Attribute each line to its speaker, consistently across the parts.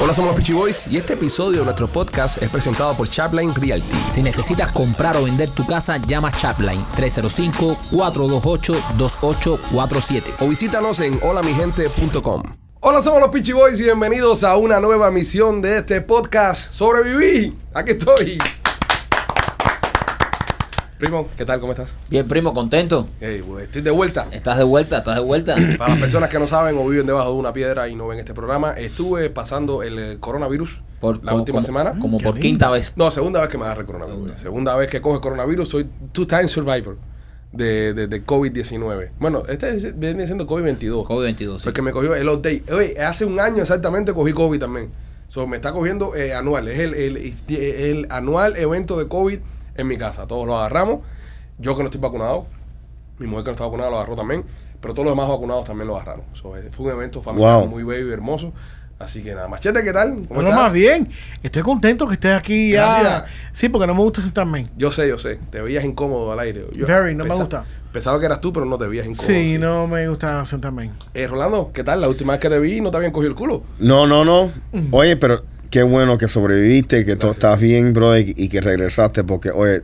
Speaker 1: Hola, somos los Peachy Boys y este episodio de nuestro podcast es presentado por Chapline Realty.
Speaker 2: Si necesitas comprar o vender tu casa, llama Chapline 305-428-2847.
Speaker 1: O visítanos en holamigente.com. Hola, somos los Peachy Boys y bienvenidos a una nueva emisión de este podcast. ¡Sobreviví! Aquí estoy. Primo, ¿qué tal? ¿Cómo estás?
Speaker 2: Bien, primo, contento.
Speaker 1: Hey, güey, estoy de vuelta.
Speaker 2: Estás de vuelta, estás de vuelta.
Speaker 1: Para las personas que no saben o viven debajo de una piedra y no ven este programa, estuve pasando el eh, coronavirus
Speaker 2: Por-
Speaker 1: la
Speaker 2: como-
Speaker 1: última
Speaker 2: como-
Speaker 1: semana.
Speaker 2: Como por quinta vez.
Speaker 1: No, segunda vez que me agarra el coronavirus. Segunda, vez que coge coronavirus, soy two-time survivor de, de, de COVID-19. Bueno, este es- viene siendo COVID-22.
Speaker 2: COVID-22. sí.
Speaker 1: Porque me cogió el update. Oye, hace un año exactamente cogí COVID también. So, me está cogiendo eh, anual. Es el, el- el anual evento de COVID en mi casa. Todos lo agarramos. Yo que no estoy vacunado. Mi mujer que no está vacunada lo agarró también. Pero todos los demás vacunados también lo agarraron. So, eh, fue un evento familiar
Speaker 3: Wow.
Speaker 1: muy bello y hermoso. Así que nada, machete, ¿qué tal? ¿Cómo
Speaker 3: Bueno,
Speaker 1: estás?
Speaker 3: más bien, estoy contento que estés aquí ya.
Speaker 1: Gracias.
Speaker 3: Sí, porque no me gusta sentarme.
Speaker 1: Yo sé, yo sé. Te veías incómodo al aire. Yo
Speaker 3: Very, no me gusta.
Speaker 1: Pensaba que eras tú, pero no te veías incómodo.
Speaker 3: Sí, no me gusta sentarme.
Speaker 1: Eh, Rolando, ¿qué tal? La última vez que te vi no te habían cogido el culo.
Speaker 4: No, no, no. Oye, pero qué bueno que sobreviviste, que tú estás bien, brother, y y que regresaste porque, oye,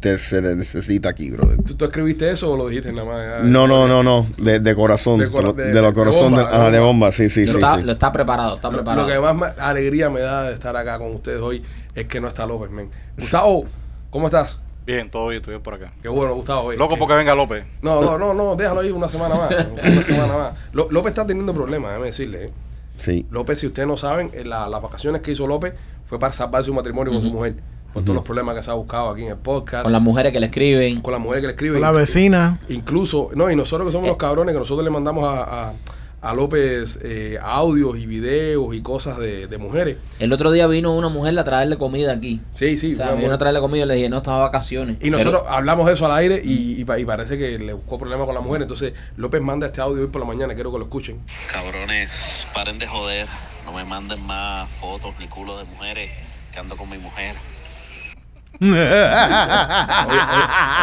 Speaker 4: te se le necesita aquí, brother.
Speaker 1: ¿Tú, tú escribiste eso o lo dijiste nada más?
Speaker 4: No, no, no, no, de, de corazón,
Speaker 1: De
Speaker 4: de,
Speaker 1: cora-
Speaker 4: lo-
Speaker 1: de-
Speaker 4: de
Speaker 1: de
Speaker 4: lo corazón,
Speaker 1: bomba,
Speaker 4: de,
Speaker 1: de
Speaker 4: ah, de
Speaker 1: bomba.
Speaker 4: bomba, sí, sí,
Speaker 2: lo,
Speaker 4: sí.
Speaker 2: está,
Speaker 4: sí.
Speaker 2: lo está preparado, está
Speaker 1: Lo,
Speaker 2: preparado.
Speaker 1: lo que más ma- alegría me da de estar acá con ustedes hoy es que no está López, men. Gustavo, ¿cómo estás?
Speaker 5: Bien, todo bien, estoy bien por acá.
Speaker 1: Qué bueno, Gustavo. eh.
Speaker 5: Loco porque venga López.
Speaker 1: No, no, no, no, déjalo ahí una semana más. Una semana más. Lo- López está teniendo problemas, déjame decirle. eh.
Speaker 4: Sí.
Speaker 1: López, si ustedes no saben, en la- las vacaciones que hizo López fue para salvar su matrimonio con su mujer. Con todos los problemas que se ha buscado aquí en el podcast.
Speaker 2: Con las mujeres que le escriben.
Speaker 1: con la mujer que le escribe.
Speaker 3: Con la vecina.
Speaker 1: Incluso, no, y nosotros que somos
Speaker 2: Eh.
Speaker 1: los cabrones, que nosotros le mandamos a, a- a López eh, audios y videos y cosas de, de mujeres.
Speaker 2: El otro día vino una mujer a traerle comida aquí.
Speaker 1: Sí, sí.
Speaker 2: o sea,
Speaker 1: una
Speaker 2: vino a
Speaker 1: mujer.
Speaker 2: traerle comida y le dije, no, estaba de vacaciones.
Speaker 1: Y nosotros
Speaker 2: Pero-
Speaker 1: hablamos de eso al aire y, y pa- y parece que le buscó problemas con la mujer. Entonces, López manda este audio hoy por la mañana, quiero que lo escuchen.
Speaker 6: Cabrones, paren de joder. No me manden más fotos ni culo de mujeres que ando con mi mujer.
Speaker 1: Oye, oye,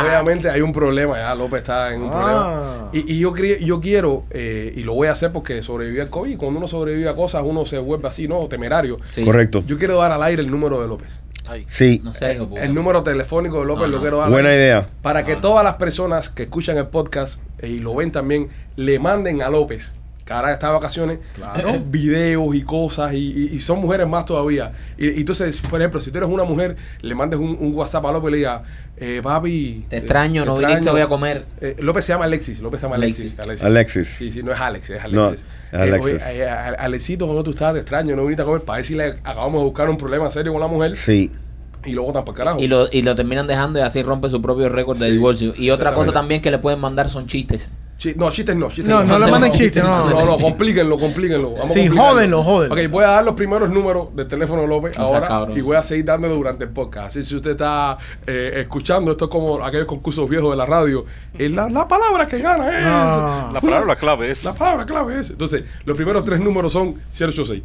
Speaker 1: obviamente hay un problema, ya López está en un
Speaker 3: Ah.
Speaker 1: problema. Y, y yo, cre- yo quiero, eh, y lo voy a hacer porque sobreviví al COVID. Cuando uno sobrevive a cosas, uno se vuelve así, ¿no? Temerario.
Speaker 2: Sí.
Speaker 4: Correcto.
Speaker 1: Yo quiero dar al aire el número de López.
Speaker 4: Sí,
Speaker 2: No sé, hijo pues. puta.
Speaker 1: El número telefónico de López
Speaker 2: No,
Speaker 1: lo
Speaker 2: no.
Speaker 1: quiero dar. al
Speaker 4: buena
Speaker 1: aire.
Speaker 4: idea.
Speaker 1: Para que todas las personas que escuchan el podcast eh, y lo ven también, le manden a López, que ahora está de vacaciones, eh, videos y cosas, y, y- y son mujeres más todavía. Y, y entonces, por ejemplo, si tú eres una mujer, le mandes un, un WhatsApp a López y le digas, eh, papi,
Speaker 2: Te
Speaker 1: eh,
Speaker 2: extraño, no viniste, voy a comer.
Speaker 1: Eh, López se llama Alexis, López se llama Alexis.
Speaker 2: Alexis.
Speaker 4: Alexis.
Speaker 1: Sí, sí, no es Alex, es
Speaker 4: No,
Speaker 1: Alexis.
Speaker 4: es
Speaker 1: Eh,
Speaker 4: Alexis.
Speaker 1: oye, eh, a- Alexito, ¿cómo tú estás? Te extraño, no viniste a comer. Para decirle, acabamos de buscar un problema serio con la mujer
Speaker 4: Sí.
Speaker 1: y luego tan para carajo.
Speaker 2: Y lo, y lo terminan dejando y así rompe su propio récord de
Speaker 1: Sí,
Speaker 2: divorcio. Y otra cosa
Speaker 1: exactamente.
Speaker 2: también que le pueden mandar son chistes.
Speaker 1: Chi- no, chistes no, chistes
Speaker 3: No, no le manden
Speaker 1: chistes
Speaker 3: chistes, no.
Speaker 1: No, no, complíquenlo, complíquenlo. Vamos a
Speaker 3: Sí,
Speaker 1: complicarlo.
Speaker 3: jódenlo, jódenlo.
Speaker 1: Ok, voy a dar los primeros números del teléfono de López
Speaker 2: sea,
Speaker 1: ahora
Speaker 2: cabrón.
Speaker 1: y voy a seguir dándolo durante el podcast. Así que si usted está eh, escuchando, esto es como aquellos concursos viejos de la radio. Es la, la palabra que gana es.
Speaker 3: No.
Speaker 5: La palabra clave es.
Speaker 1: La palabra clave es. Entonces, los primeros tres números son 086,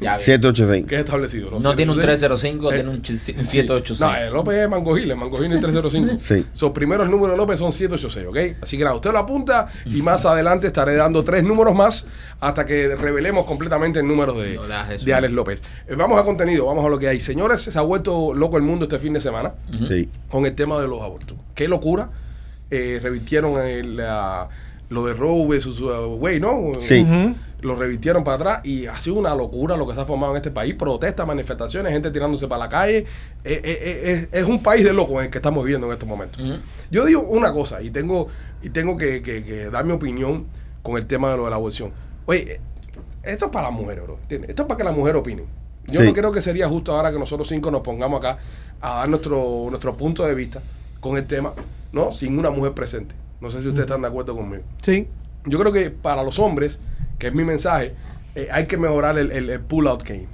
Speaker 2: Ya ves.
Speaker 4: 786.
Speaker 1: que es establecido. No,
Speaker 2: No tiene un
Speaker 1: 086.
Speaker 2: 305,
Speaker 1: Eh,
Speaker 2: tiene un chi- un
Speaker 1: Sí.
Speaker 2: 786.
Speaker 1: No, eh, López es Mango Gil, es Mango Gil es 305.
Speaker 4: Sí.
Speaker 1: Sus primeros números de López son 786, ¿ok? Así que nada, usted lo apunta y más adelante estaré dando tres números más hasta que revelemos completamente el número de,
Speaker 2: No la Jesús.
Speaker 1: de Alex López. Eh, vamos a contenido, vamos a lo que hay. Señores, se ha vuelto loco el mundo este fin de semana
Speaker 4: Sí.
Speaker 1: con el tema de los abortos. Qué locura. Eh, revirtieron el, la- lo de Roe versus uh, Wade, ¿no?
Speaker 4: Sí.
Speaker 3: Ujú.
Speaker 1: lo revirtieron para atrás y ha sido una locura lo que se ha formado en este país. Protestas, manifestaciones, gente tirándose para la calle. Eh, eh, eh, es, es un país de locos en el que estamos viviendo en estos momentos. Yo digo una cosa y tengo, y tengo que, que- que dar mi opinión con el tema de lo de la aborción. Oye, eh, esto es para las mujeres, bro. ¿entiendes? Esto es para que las mujeres opinen. Yo
Speaker 4: Sí.
Speaker 1: no creo que sería justo ahora que nosotros cinco nos pongamos acá a dar nuestro, nuestro punto de vista con el tema, ¿no? Sin una mujer presente. No sé si ustedes están de acuerdo conmigo.
Speaker 3: Sí.
Speaker 1: Yo creo que para los hombres, que es mi mensaje, eh, hay que mejorar el, el- el pull-out game.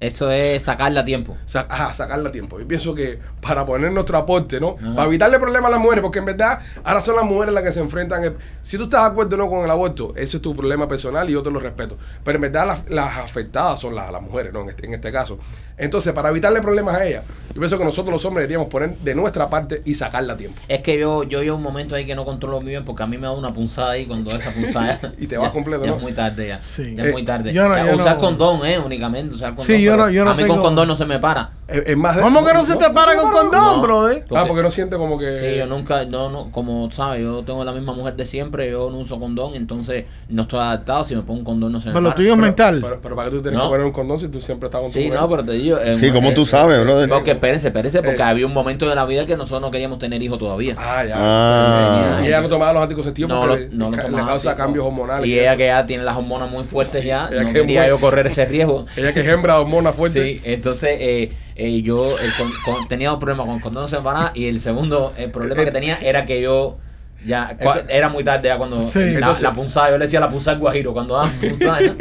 Speaker 2: Eso es sacarla a tiempo.
Speaker 1: Sa- ajá, sacarla a tiempo. Yo pienso que para poner nuestro aporte, ¿no? Para evitarle problemas a las mujeres, porque en verdad ahora son las mujeres las que se enfrentan. el- Si tú estás de acuerdo o no con el aborto, ese es tu problema personal y yo te lo respeto. Pero en verdad las, las afectadas son las, las mujeres, ¿no? En este, en este caso. Entonces, para evitarle problemas a ellas, yo pienso que nosotros los hombres deberíamos poner de nuestra parte y sacarla a tiempo.
Speaker 2: Es que yo yo llevo un momento ahí que no controlo muy bien porque a mí me da una punzada ahí cuando esa punzada.
Speaker 1: Y te vas
Speaker 2: ya-
Speaker 1: completo,
Speaker 2: ya
Speaker 1: ¿no?
Speaker 2: es muy tarde ya.
Speaker 3: Sí.
Speaker 2: Ya es
Speaker 1: Eh,
Speaker 2: muy tarde.
Speaker 3: yo no-
Speaker 2: Ya,
Speaker 3: yo
Speaker 2: usar
Speaker 3: no-
Speaker 2: condón, ¿eh? Únicamente usar condón.
Speaker 3: Sí, yo no-
Speaker 2: pero
Speaker 3: yo no
Speaker 2: A mí con
Speaker 3: tengo-
Speaker 2: condón no se me para.
Speaker 1: Es, es más de-
Speaker 3: ¿Cómo que no se te para con condón,
Speaker 2: No.
Speaker 3: brother?
Speaker 1: Ah, porque no siente como que.
Speaker 3: Eh.
Speaker 2: Sí, yo nunca, no, no, como sabes, yo tengo la misma mujer de siempre, yo no uso condón, entonces no estoy adaptado, si me pongo un condón no se me
Speaker 3: Pero lo
Speaker 2: para.
Speaker 3: tuyo es
Speaker 1: Pero-
Speaker 3: mental.
Speaker 1: Pero, pero para qué tú tienes
Speaker 2: No.
Speaker 1: que poner un condón si tú siempre estás con tu
Speaker 2: Sí,
Speaker 1: mujer?
Speaker 2: no, pero te digo... eh,
Speaker 4: Sí, como
Speaker 2: eh,
Speaker 4: tú sabes, brother.
Speaker 2: Porque espérese, espérese, porque
Speaker 1: Eh.
Speaker 2: había un momento de la vida que nosotros no queríamos tener hijos todavía.
Speaker 1: Ah, ya.
Speaker 4: Ah.
Speaker 1: o sea, ella no tomaba los anticonceptivos
Speaker 2: no,
Speaker 1: porque
Speaker 2: lo-
Speaker 1: le-
Speaker 2: no lo
Speaker 1: le,
Speaker 2: tomaba
Speaker 1: causa
Speaker 2: así,
Speaker 1: cambios
Speaker 2: no.
Speaker 1: hormonales.
Speaker 2: Y ella
Speaker 1: eso.
Speaker 2: que ya tiene las hormonas muy fuertes ya,
Speaker 1: ella
Speaker 2: no
Speaker 1: que es
Speaker 2: quería
Speaker 1: muy-
Speaker 2: yo correr ese riesgo.
Speaker 1: Ella que es hembra, hormona fuerte.
Speaker 2: Sí, entonces eh, eh, yo eh, con- con- tenía un problema con condón no se me paraba y el segundo el problema que tenía era que yo ya cua-
Speaker 1: Eh, Entonces-
Speaker 2: era muy tarde ya cuando
Speaker 3: Sí.
Speaker 2: la,
Speaker 1: Entonces-
Speaker 2: la punzada, yo le decía la punzada al guajiro cuando daban punzada. ¿no?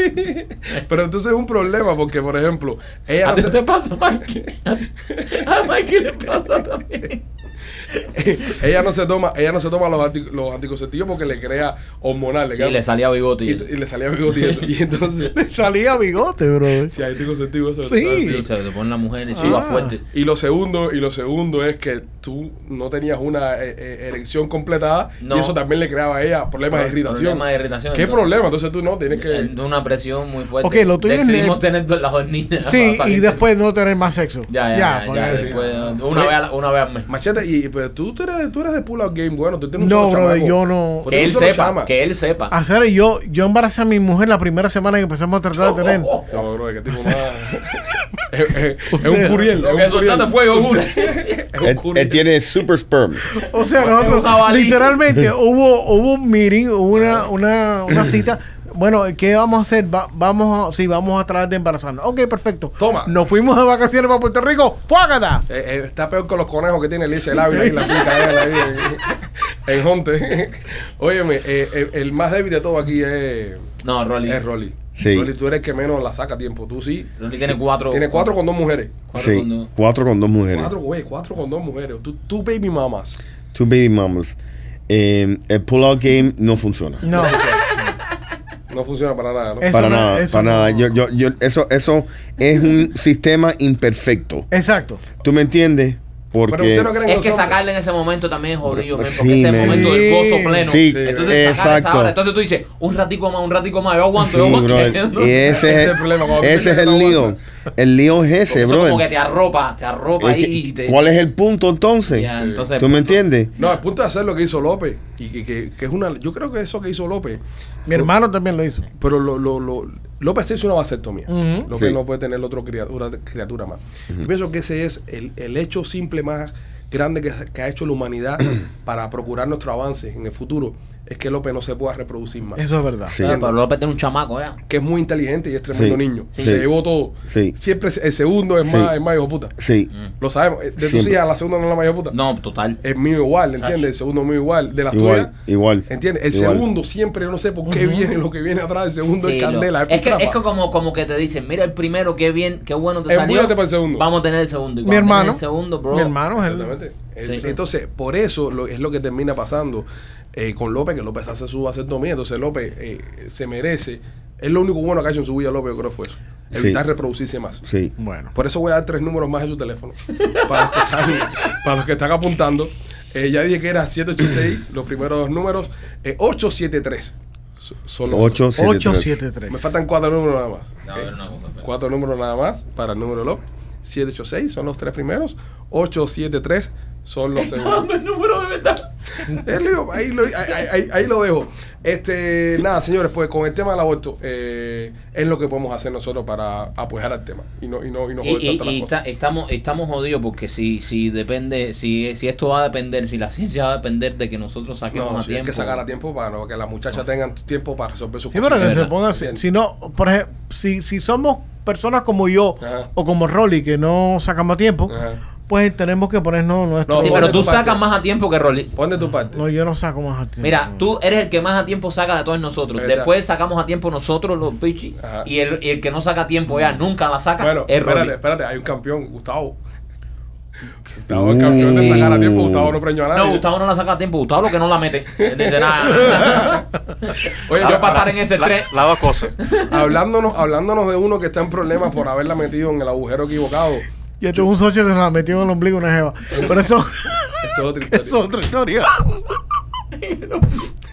Speaker 1: Pero entonces es un problema porque, por ejemplo, ella
Speaker 2: ¿A
Speaker 1: no
Speaker 2: ti
Speaker 1: se-
Speaker 2: te pasa, Mike? ¿A ti- A Mike le pasa también.
Speaker 1: ella no se toma, ella no se toma los, anti- los anticonceptivos porque le crea hormonal. Le
Speaker 2: Sí,
Speaker 1: crea-
Speaker 2: le salía bigote
Speaker 1: y,
Speaker 2: y eso.
Speaker 1: y le salía bigote y eso. Y entonces,
Speaker 3: Salía bigote, brother.
Speaker 1: si hay anticonceptivos, eso
Speaker 3: Sí.
Speaker 1: está así.
Speaker 2: Sí, se lo ponen las mujeres,
Speaker 3: Ah.
Speaker 2: suba fuerte.
Speaker 1: Y lo segundo, y lo segundo es que tú no tenías una eh, eh, erección completada
Speaker 2: No.
Speaker 1: y eso también le creaba a ella problemas de
Speaker 2: Problema
Speaker 1: irritación.
Speaker 2: de irritación,
Speaker 1: ¿Qué
Speaker 2: entonces.
Speaker 1: problema? Entonces tú no tienes que
Speaker 2: Eh, De una presión muy fuerte.
Speaker 3: Ok, lo tuyo es
Speaker 2: Decidimos
Speaker 3: ne-
Speaker 2: tener las hornitas.
Speaker 3: Sí,
Speaker 2: para salir
Speaker 3: y
Speaker 2: de-
Speaker 3: después pues, no tener más sexo.
Speaker 2: Ya, ya, ya.
Speaker 3: porque-
Speaker 2: ya, después, una, vez a la- una vez al mes.
Speaker 1: Machete, y pero tú, tú eres, tú eres de pull-out game, bueno, tú tienes un
Speaker 3: No,
Speaker 1: solo
Speaker 3: brother,
Speaker 1: chamaco.
Speaker 3: yo no.
Speaker 1: Porque
Speaker 2: Que
Speaker 1: tú
Speaker 2: él
Speaker 1: solo
Speaker 2: sepa,
Speaker 1: chama.
Speaker 2: que él sepa.
Speaker 3: Hacer yo, yo embaracé a mi mujer la primera semana que empezamos a tratar de tener.
Speaker 1: No, bro, que tipo más... es, es- es
Speaker 3: sea,
Speaker 1: un curiel,
Speaker 2: Lo
Speaker 1: es un curiel.
Speaker 2: que soltaste fue Google.
Speaker 1: Es un
Speaker 4: Él,
Speaker 1: curiel.
Speaker 4: él tiene super sperm.
Speaker 3: O sea,
Speaker 2: un
Speaker 3: nosotros
Speaker 2: jabalí.
Speaker 3: literalmente hubo, hubo un meeting, hubo una, una, una cita. Bueno, ¿qué vamos a hacer? Va- vamos a, sí, vamos a tratar de embarazarnos. Ok, perfecto.
Speaker 1: Toma.
Speaker 3: Nos fuimos de vacaciones para Puerto Rico. ¡Fuágata!
Speaker 1: Eh, eh, está peor con los conejos que tiene Elise el Ávila y la finca de él ahí en, en Honte. Óyeme, eh, eh, el más débil de todo aquí es,
Speaker 2: No, Rolly.
Speaker 1: es Rolly.
Speaker 4: Sí.
Speaker 1: Rolly, tú eres el que menos la saca a tiempo. Tú sí.
Speaker 2: Rolly tiene cuatro.
Speaker 1: Tiene cuatro con dos mujeres.
Speaker 2: cuatro
Speaker 4: Sí,
Speaker 2: con-
Speaker 4: cuatro con dos mujeres.
Speaker 1: Cuatro, güey, cuatro con dos mujeres. Tú, tú baby mamas.
Speaker 4: Two baby mamas. Eh, el pull-out game no funciona.
Speaker 3: No,
Speaker 1: No funciona para nada, ¿no?
Speaker 3: Eso
Speaker 4: para
Speaker 3: no-
Speaker 4: nada,
Speaker 3: eso
Speaker 4: para nada.
Speaker 3: no-
Speaker 4: Yo, yo, yo, eso, eso es un sistema imperfecto.
Speaker 3: exacto.
Speaker 4: ¿Tú me entiendes?
Speaker 1: Pero
Speaker 4: Porque
Speaker 1: usted no cree
Speaker 2: Es
Speaker 1: los
Speaker 2: que
Speaker 1: hombres-
Speaker 2: sacarle en ese momento también es jodido, men,
Speaker 4: Sí,
Speaker 2: porque ese es
Speaker 4: men.
Speaker 2: el momento del gozo pleno.
Speaker 4: Sí,
Speaker 2: Entonces, sacar esa
Speaker 4: exacto.
Speaker 2: hora. Entonces tú dices, un ratico más, un ratico más, yo aguanto,
Speaker 4: Sí,
Speaker 2: yo aguanto.
Speaker 4: brother. Y ese es,
Speaker 1: Ese es el problema, cuando tú
Speaker 4: ese es
Speaker 1: tienes
Speaker 4: el
Speaker 1: una
Speaker 4: lío.
Speaker 1: guasa.
Speaker 4: El lío es ese,
Speaker 2: Eso como que
Speaker 4: brother.
Speaker 2: te arropa, te arropa
Speaker 4: Es
Speaker 2: ahí
Speaker 4: que-
Speaker 2: y te...
Speaker 4: ¿Cuál es el punto entonces?
Speaker 2: Ya, entonces,
Speaker 4: ¿Tú me entiendes?
Speaker 1: No, el punto de hacer lo que hizo López. Y que, que- que es una. Yo creo que eso que hizo López.
Speaker 3: Mi hermano también lo hizo.
Speaker 1: Pero lo, lo, lo- López se hizo una vasectomía.
Speaker 3: Ujú.
Speaker 1: López
Speaker 4: Sí.
Speaker 1: no puede tener otra criatura, criatura más. Yo pienso que ese es el, el hecho simple más grande que, que ha hecho la humanidad para procurar nuestro avance en el futuro. Es que López no se pueda reproducir más.
Speaker 3: Eso es verdad.
Speaker 4: Sí.
Speaker 2: Ah, pero López tiene un chamaco, ¿verdad?
Speaker 1: Que es muy inteligente y es tremendo
Speaker 4: Sí.
Speaker 1: niño.
Speaker 4: Sí.
Speaker 1: Se
Speaker 4: Sí.
Speaker 1: llevó todo.
Speaker 4: Sí.
Speaker 1: Siempre es- el segundo es
Speaker 4: Sí.
Speaker 1: más, es más hijo puta.
Speaker 4: Sí.
Speaker 2: Mm.
Speaker 1: Lo sabemos. Eh, De tus
Speaker 4: Siempre.
Speaker 1: hijas, la segunda no es la más hijo puta.
Speaker 2: No, total.
Speaker 1: Es mío igual, ¿entiendes? El segundo mío igual. De las
Speaker 4: Igual,
Speaker 1: tuyas.
Speaker 4: igual.
Speaker 1: ¿Entiendes? El
Speaker 4: igual.
Speaker 1: segundo siempre, yo no sé por qué viene lo que viene atrás, el segundo
Speaker 2: Sí,
Speaker 1: es
Speaker 2: lo-
Speaker 1: candela.
Speaker 2: es, que,
Speaker 1: trampa.
Speaker 2: es que como, como que te dicen, mira el primero, qué bien, qué bueno te salió.
Speaker 1: Embúyate para el segundo.
Speaker 2: Vamos a tener el segundo. Y
Speaker 3: Mi
Speaker 2: cuando tenés
Speaker 3: hermano.
Speaker 2: El segundo, bro.
Speaker 3: Mi hermano es el.
Speaker 1: Exactamente. El-
Speaker 2: Sí.
Speaker 1: Entonces, por eso lo- es lo que termina pasando eh, con López, que López hace su vasectomía. Entonces, López eh, se merece. Es lo único bueno que ha hecho en su vida López, yo creo fue eso.
Speaker 4: Sí.
Speaker 1: Evitar reproducirse más.
Speaker 4: Sí.
Speaker 3: Bueno.
Speaker 1: Por eso voy a dar tres números más de su teléfono. Para los que están, para los que están apuntando. Eh, ya dije que era 786, los primeros dos números. Eh, 873. so- Son los otros.
Speaker 4: 873.
Speaker 3: 873.
Speaker 1: Me faltan cuatro números nada más.
Speaker 2: No,
Speaker 1: ¿ok?
Speaker 2: era una cosa pues. fea.
Speaker 1: Cuatro números nada más para el número de López. 786 son los tres primeros. 873 son los segundos.
Speaker 2: Dando el número de verdad.
Speaker 1: Eh, Leo, ahí, lo, ahí- ahí- ahí- ahí lo dejo. Este, nada, señores, pues con el tema del aborto eh, es lo que podemos hacer nosotros para apoyar al tema y no y no y no
Speaker 2: Y,
Speaker 1: joder
Speaker 2: y-
Speaker 1: tanto las
Speaker 2: y
Speaker 1: cosas.
Speaker 2: está- estamos, estamos jodidos porque si, si depende, si, si esto va a depender, si la ciencia va a depender de que nosotros saquemos
Speaker 1: No,
Speaker 2: a
Speaker 1: sí, hay
Speaker 2: tiempo.
Speaker 1: que sacar a tiempo para no- que las muchachas tengan tiempo para resolver sus
Speaker 3: Sí, pero que
Speaker 2: Verdad.
Speaker 3: se ponga así. Si no, por ejemplo, si, si somos personas como yo
Speaker 1: Ajá.
Speaker 3: o como Rolly que no sacamos a tiempo,
Speaker 1: Ajá.
Speaker 3: pues tenemos que ponernos nuestro.
Speaker 1: No,
Speaker 2: Sí,
Speaker 1: ponte
Speaker 2: pero tú
Speaker 1: tu parte.
Speaker 2: sacas más a tiempo que Rolly.
Speaker 1: Pon de tu parte.
Speaker 3: No, yo no saco más a ti.
Speaker 2: Mira, tú eres el que más a tiempo saca de todos nosotros.
Speaker 1: Verdad.
Speaker 2: Después sacamos a tiempo nosotros los pichis.
Speaker 1: Ajá.
Speaker 2: Y el, y el que no saca a tiempo ya nunca la saca
Speaker 1: Bueno,
Speaker 2: es
Speaker 1: espérate,
Speaker 2: Rolly.
Speaker 1: espérate, hay un campeón, Gustavo. Gustavo es campeón de sacar a tiempo, Gustavo no preñó a nadie.
Speaker 2: Uh. No, Gustavo no la saca a tiempo. Gustavo lo que no la mete. Él Dice nada. Oye, yo para estar en ese tren.
Speaker 5: Las dos cosas.
Speaker 1: Hablándonos, hablándonos de uno que está en problemas por haberla metido en el agujero equivocado.
Speaker 3: Yo tengo este un socio que se la metió en el ombligo una jeva. Pero eso
Speaker 1: Esto es otra historia.
Speaker 3: es otra historia.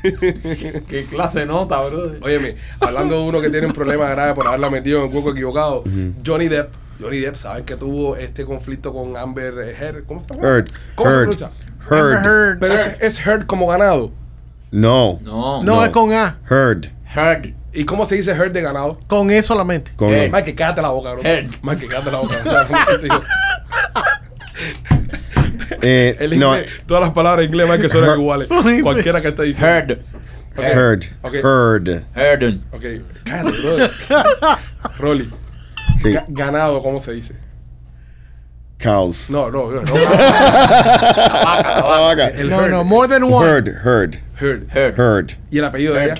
Speaker 2: Qué clase de nota, bro.
Speaker 1: Óyeme, hablando de uno que tiene un problema grave por haberla metido en el hueco equivocado, Johnny Depp. Johnny Depp, ¿saben que tuvo este conflicto con Amber Heard? ¿Cómo se llama?
Speaker 4: Heard.
Speaker 1: ¿Cómo se
Speaker 4: Heard.
Speaker 1: pronuncia?
Speaker 4: Heard.
Speaker 3: Heard.
Speaker 1: Pero es, es Heard como ganado.
Speaker 4: No.
Speaker 2: No.
Speaker 3: No,
Speaker 4: No.
Speaker 3: es con A.
Speaker 4: Heard.
Speaker 2: Heard.
Speaker 1: ¿Y cómo se dice Heard de ganado?
Speaker 3: Con E solamente.
Speaker 4: Con
Speaker 2: Eh.
Speaker 1: Más que cállate la boca, bro.
Speaker 2: Heard.
Speaker 1: Más que cállate la boca. O sea, no te digo.
Speaker 4: eh,
Speaker 1: El
Speaker 4: no.
Speaker 1: inglés- todas las palabras en inglés más que son
Speaker 4: Heard.
Speaker 1: iguales.
Speaker 3: Son iguales.
Speaker 1: Cualquiera que está diciendo.
Speaker 2: Heard.
Speaker 4: Heard.
Speaker 1: Ok.
Speaker 4: Heard.
Speaker 2: Heard.
Speaker 1: Ok, cállate, brother. Rolly,
Speaker 4: Sí.
Speaker 1: ga- ganado, ¿cómo se dice?
Speaker 4: Cows.
Speaker 1: No, no, no. no.
Speaker 4: Ah, vaca.
Speaker 2: eh,
Speaker 1: El
Speaker 3: No,
Speaker 1: Heard.
Speaker 3: no, more than one.
Speaker 4: Heard. Heard.
Speaker 1: Heard.
Speaker 2: Heard.
Speaker 4: Heard.
Speaker 1: ¿Y el apellido de ella?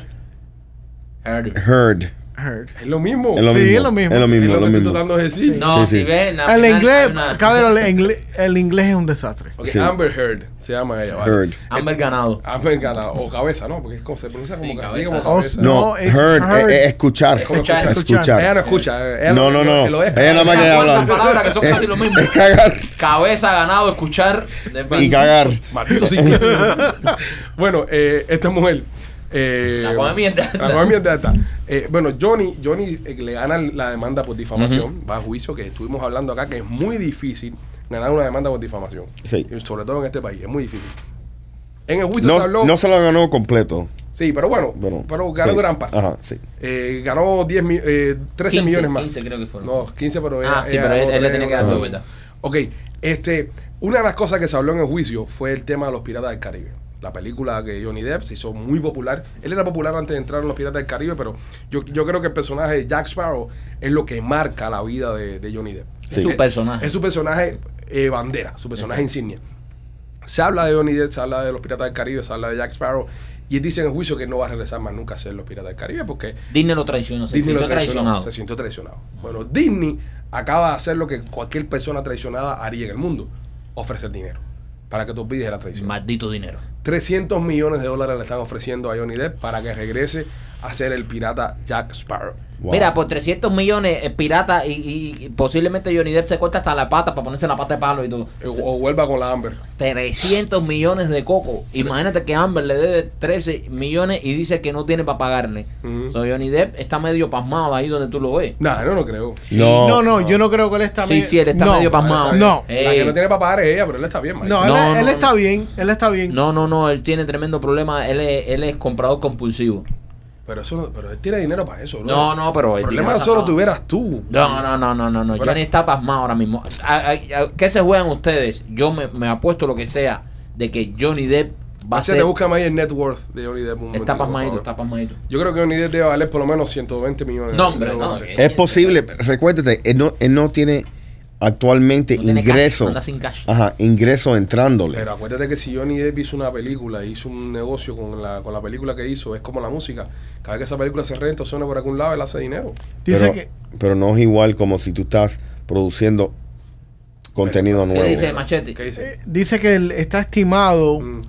Speaker 2: Heard.
Speaker 4: Heard.
Speaker 3: Heard.
Speaker 1: Es lo mismo.
Speaker 4: Es lo
Speaker 3: Sí,
Speaker 4: mismo.
Speaker 3: es lo mismo.
Speaker 4: Es lo
Speaker 1: Es
Speaker 4: mismo.
Speaker 1: lo que
Speaker 4: Es lo
Speaker 1: estoy
Speaker 4: mismo.
Speaker 1: tratando de decir.
Speaker 2: No,
Speaker 4: Sí,
Speaker 2: si
Speaker 4: sí.
Speaker 2: ves. en la
Speaker 3: El
Speaker 2: final hay
Speaker 3: inglés,
Speaker 2: una-
Speaker 3: cabrón, el inglés, el inglés es un desastre.
Speaker 1: Ok,
Speaker 4: Sí.
Speaker 1: Amber Heard se llama ella, ¿vale?
Speaker 4: Heard.
Speaker 2: Amber ganado.
Speaker 1: Amber ganado. O cabeza, ¿no? Porque es como se pronuncia como,
Speaker 2: Sí,
Speaker 1: ca-
Speaker 2: cabeza.
Speaker 1: como
Speaker 3: Oh,
Speaker 1: cabeza.
Speaker 4: No,
Speaker 3: No, es
Speaker 4: heard,
Speaker 3: heard.
Speaker 4: eh, eh, escuchar.
Speaker 1: como
Speaker 4: Escuchar.
Speaker 3: escuchar.
Speaker 1: Ella no escucha. eh, ella
Speaker 4: No, no, no.
Speaker 1: que lo deja.
Speaker 4: Ella nada más que
Speaker 2: Unas cuantas
Speaker 4: hablar.
Speaker 2: palabras que son
Speaker 4: Es-
Speaker 2: casi lo mismo.
Speaker 4: Es cagar
Speaker 2: Cabeza ganado, escuchar.
Speaker 4: y cagar.
Speaker 1: Maldito ciclista. bueno, eh, esta mujer. eh,
Speaker 2: La come mierda.
Speaker 1: La come mierda esta. Eh, bueno, Johnny, Johnny eh, le gana la demanda por difamación. Va a juicio, que estuvimos hablando acá, que es muy difícil ganar una demanda por difamación.
Speaker 4: Sí.
Speaker 1: Y sobre todo en este país, es muy difícil. En el juicio se
Speaker 4: No,
Speaker 1: habló.
Speaker 4: no se lo ganó completo.
Speaker 1: sí, pero bueno,
Speaker 4: Pero,
Speaker 1: pero ganó
Speaker 4: sí.
Speaker 1: gran parte.
Speaker 4: Ajá, sí.
Speaker 1: Eh, ganó 10 mi- eh, 13
Speaker 2: 15,
Speaker 1: millones más.
Speaker 2: 15 creo que fueron.
Speaker 1: No, 15, pero
Speaker 2: Ah, sí, pero él- él le tenía que dar
Speaker 1: dos
Speaker 2: dos, ¿verdad?
Speaker 1: Ok, este, una de las cosas que se habló en el juicio fue el tema de los Piratas del Caribe. La película que Johnny Depp se hizo muy popular. Él era popular antes de entrar en los Piratas del Caribe, pero yo, yo creo que el personaje de Jack Sparrow es lo que marca la vida de, de Johnny Depp.
Speaker 4: Sí.
Speaker 2: Su personaje.
Speaker 1: Es su personaje eh, bandera, su personaje insignia. Se habla de Johnny Depp, se habla de los Piratas del Caribe, se habla de Jack Sparrow. Y él dice en el juicio que no va a regresar más nunca a ser los Piratas del Caribe porque
Speaker 2: Disney lo traicionó. Se
Speaker 1: Disney
Speaker 2: sintió
Speaker 1: lo traicionó,
Speaker 2: traicionado.
Speaker 1: se sintió traicionado. Bueno, Disney acaba de hacer lo que cualquier persona traicionada haría en el mundo: ofrecer dinero para que tú olvides de la traición.
Speaker 2: Maldito dinero.
Speaker 1: 300 millones de dólares le están ofreciendo a Johnny Depp para que regrese a ser el pirata Jack Sparrow.
Speaker 4: Wow.
Speaker 2: Mira, pues, por 300 millones, eh, pirata y, y- y posiblemente Johnny Depp se corta hasta la pata para ponerse la pata de palo y todo.
Speaker 1: Eh, O, o vuelva con la Amber.
Speaker 2: 300 millones de coco. Imagínate que Amber le debe 13 millones y dice que no tiene para pagarle.
Speaker 1: Ujú.
Speaker 2: So, Johnny Depp está medio pasmado ahí donde tú lo ves.
Speaker 1: Nah, no, no creo.
Speaker 4: No.
Speaker 3: No, no, yo no creo que él está
Speaker 2: Sí,
Speaker 3: me-
Speaker 2: sí, él está
Speaker 3: no.
Speaker 2: medio pasmado.
Speaker 3: No.
Speaker 2: Eh,
Speaker 1: La que no tiene para pagar es ella, pero él está bien, Mike.
Speaker 3: No, él,
Speaker 2: No,
Speaker 3: él
Speaker 2: no,
Speaker 3: está bien, él está bien.
Speaker 2: No, no, no, él tiene tremendo problema. Él es, él es comprador compulsivo.
Speaker 1: Pero, eso, no- pero él tiene dinero para eso, bro.
Speaker 2: No, no, pero
Speaker 1: El
Speaker 2: él
Speaker 1: problema
Speaker 2: tiene
Speaker 1: solo
Speaker 2: razón.
Speaker 1: tuvieras tú.
Speaker 2: No, no, no, no, no, no.
Speaker 1: Fuera.
Speaker 2: Johnny está pasmado ahora mismo. ¿A, a- a- qué se juegan ustedes? Yo me, me apuesto lo que sea de que Johnny Depp va a
Speaker 1: Este
Speaker 2: ser.
Speaker 1: te busca más ahí el net worth de Johnny Depp. un
Speaker 2: Está
Speaker 1: momentico, por
Speaker 2: pasmadito,
Speaker 1: favor.
Speaker 2: está pasmadito.
Speaker 1: Yo creo que Johnny Depp debe valer por lo menos 120 millones.
Speaker 2: No, hombre,
Speaker 1: de
Speaker 2: no.
Speaker 1: dólares.
Speaker 4: Es posible, recuérdate, él no, él no tiene actualmente
Speaker 2: No tiene cash,
Speaker 4: ingreso.
Speaker 2: anda sin cash.
Speaker 4: Ajá, ingreso entrándole.
Speaker 1: Pero acuérdate que si Johnny Depp hizo una película, hizo un negocio con la, con la película que hizo, es como la música. Cada vez que esa película se renta o suena por algún lado, él hace dinero.
Speaker 3: Dice
Speaker 4: pero,
Speaker 3: que
Speaker 4: pero no es igual como si tú estás produciendo contenido
Speaker 2: ¿Qué
Speaker 4: nuevo.
Speaker 2: dice Machete?
Speaker 1: ¿Qué dice?
Speaker 3: eh, dice que él está estimado
Speaker 1: Mm,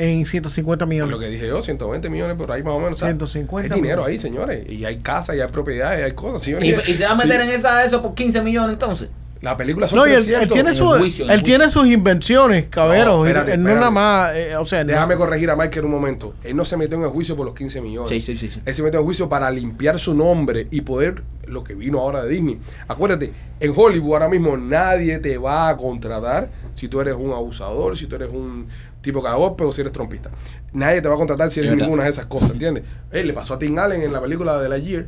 Speaker 3: en 150
Speaker 1: Lo
Speaker 3: millones.
Speaker 1: que dije yo, 120 millones por ahí más o menos. o sea,
Speaker 3: 150
Speaker 1: Hay dinero ahí, señores. Y hay casas, y hay propiedades, y hay cosas. Si Johnny
Speaker 2: ¿Y,
Speaker 1: Depp-
Speaker 2: y se va a meter
Speaker 1: si-
Speaker 2: en esa eso por 15 millones entonces?
Speaker 1: La película son
Speaker 3: No, y él, él
Speaker 1: 300.
Speaker 3: tiene,
Speaker 2: el
Speaker 3: su,
Speaker 2: juicio, el
Speaker 3: él
Speaker 2: juicio.
Speaker 3: tiene sus invenciones, cabero.
Speaker 1: No, espérate,
Speaker 3: él no
Speaker 1: espérate.
Speaker 3: nada más, eh, o sea, no-
Speaker 1: Déjame corregir a Michael un momento. Él no se metió en el juicio por los 15 millones.
Speaker 2: Sí, sí, sí, sí.
Speaker 1: Él se metió en el juicio para limpiar su nombre y poder lo que vino ahora de Disney. Acuérdate, en Hollywood ahora mismo nadie te va a contratar si tú eres un abusador, si tú eres un tipo que da golpe o si eres trompista. Nadie te va a contratar si eres
Speaker 2: Es verdad.
Speaker 1: ninguna de esas cosas, ¿entiendes? Él le pasó a Tim Allen en la película de la Year.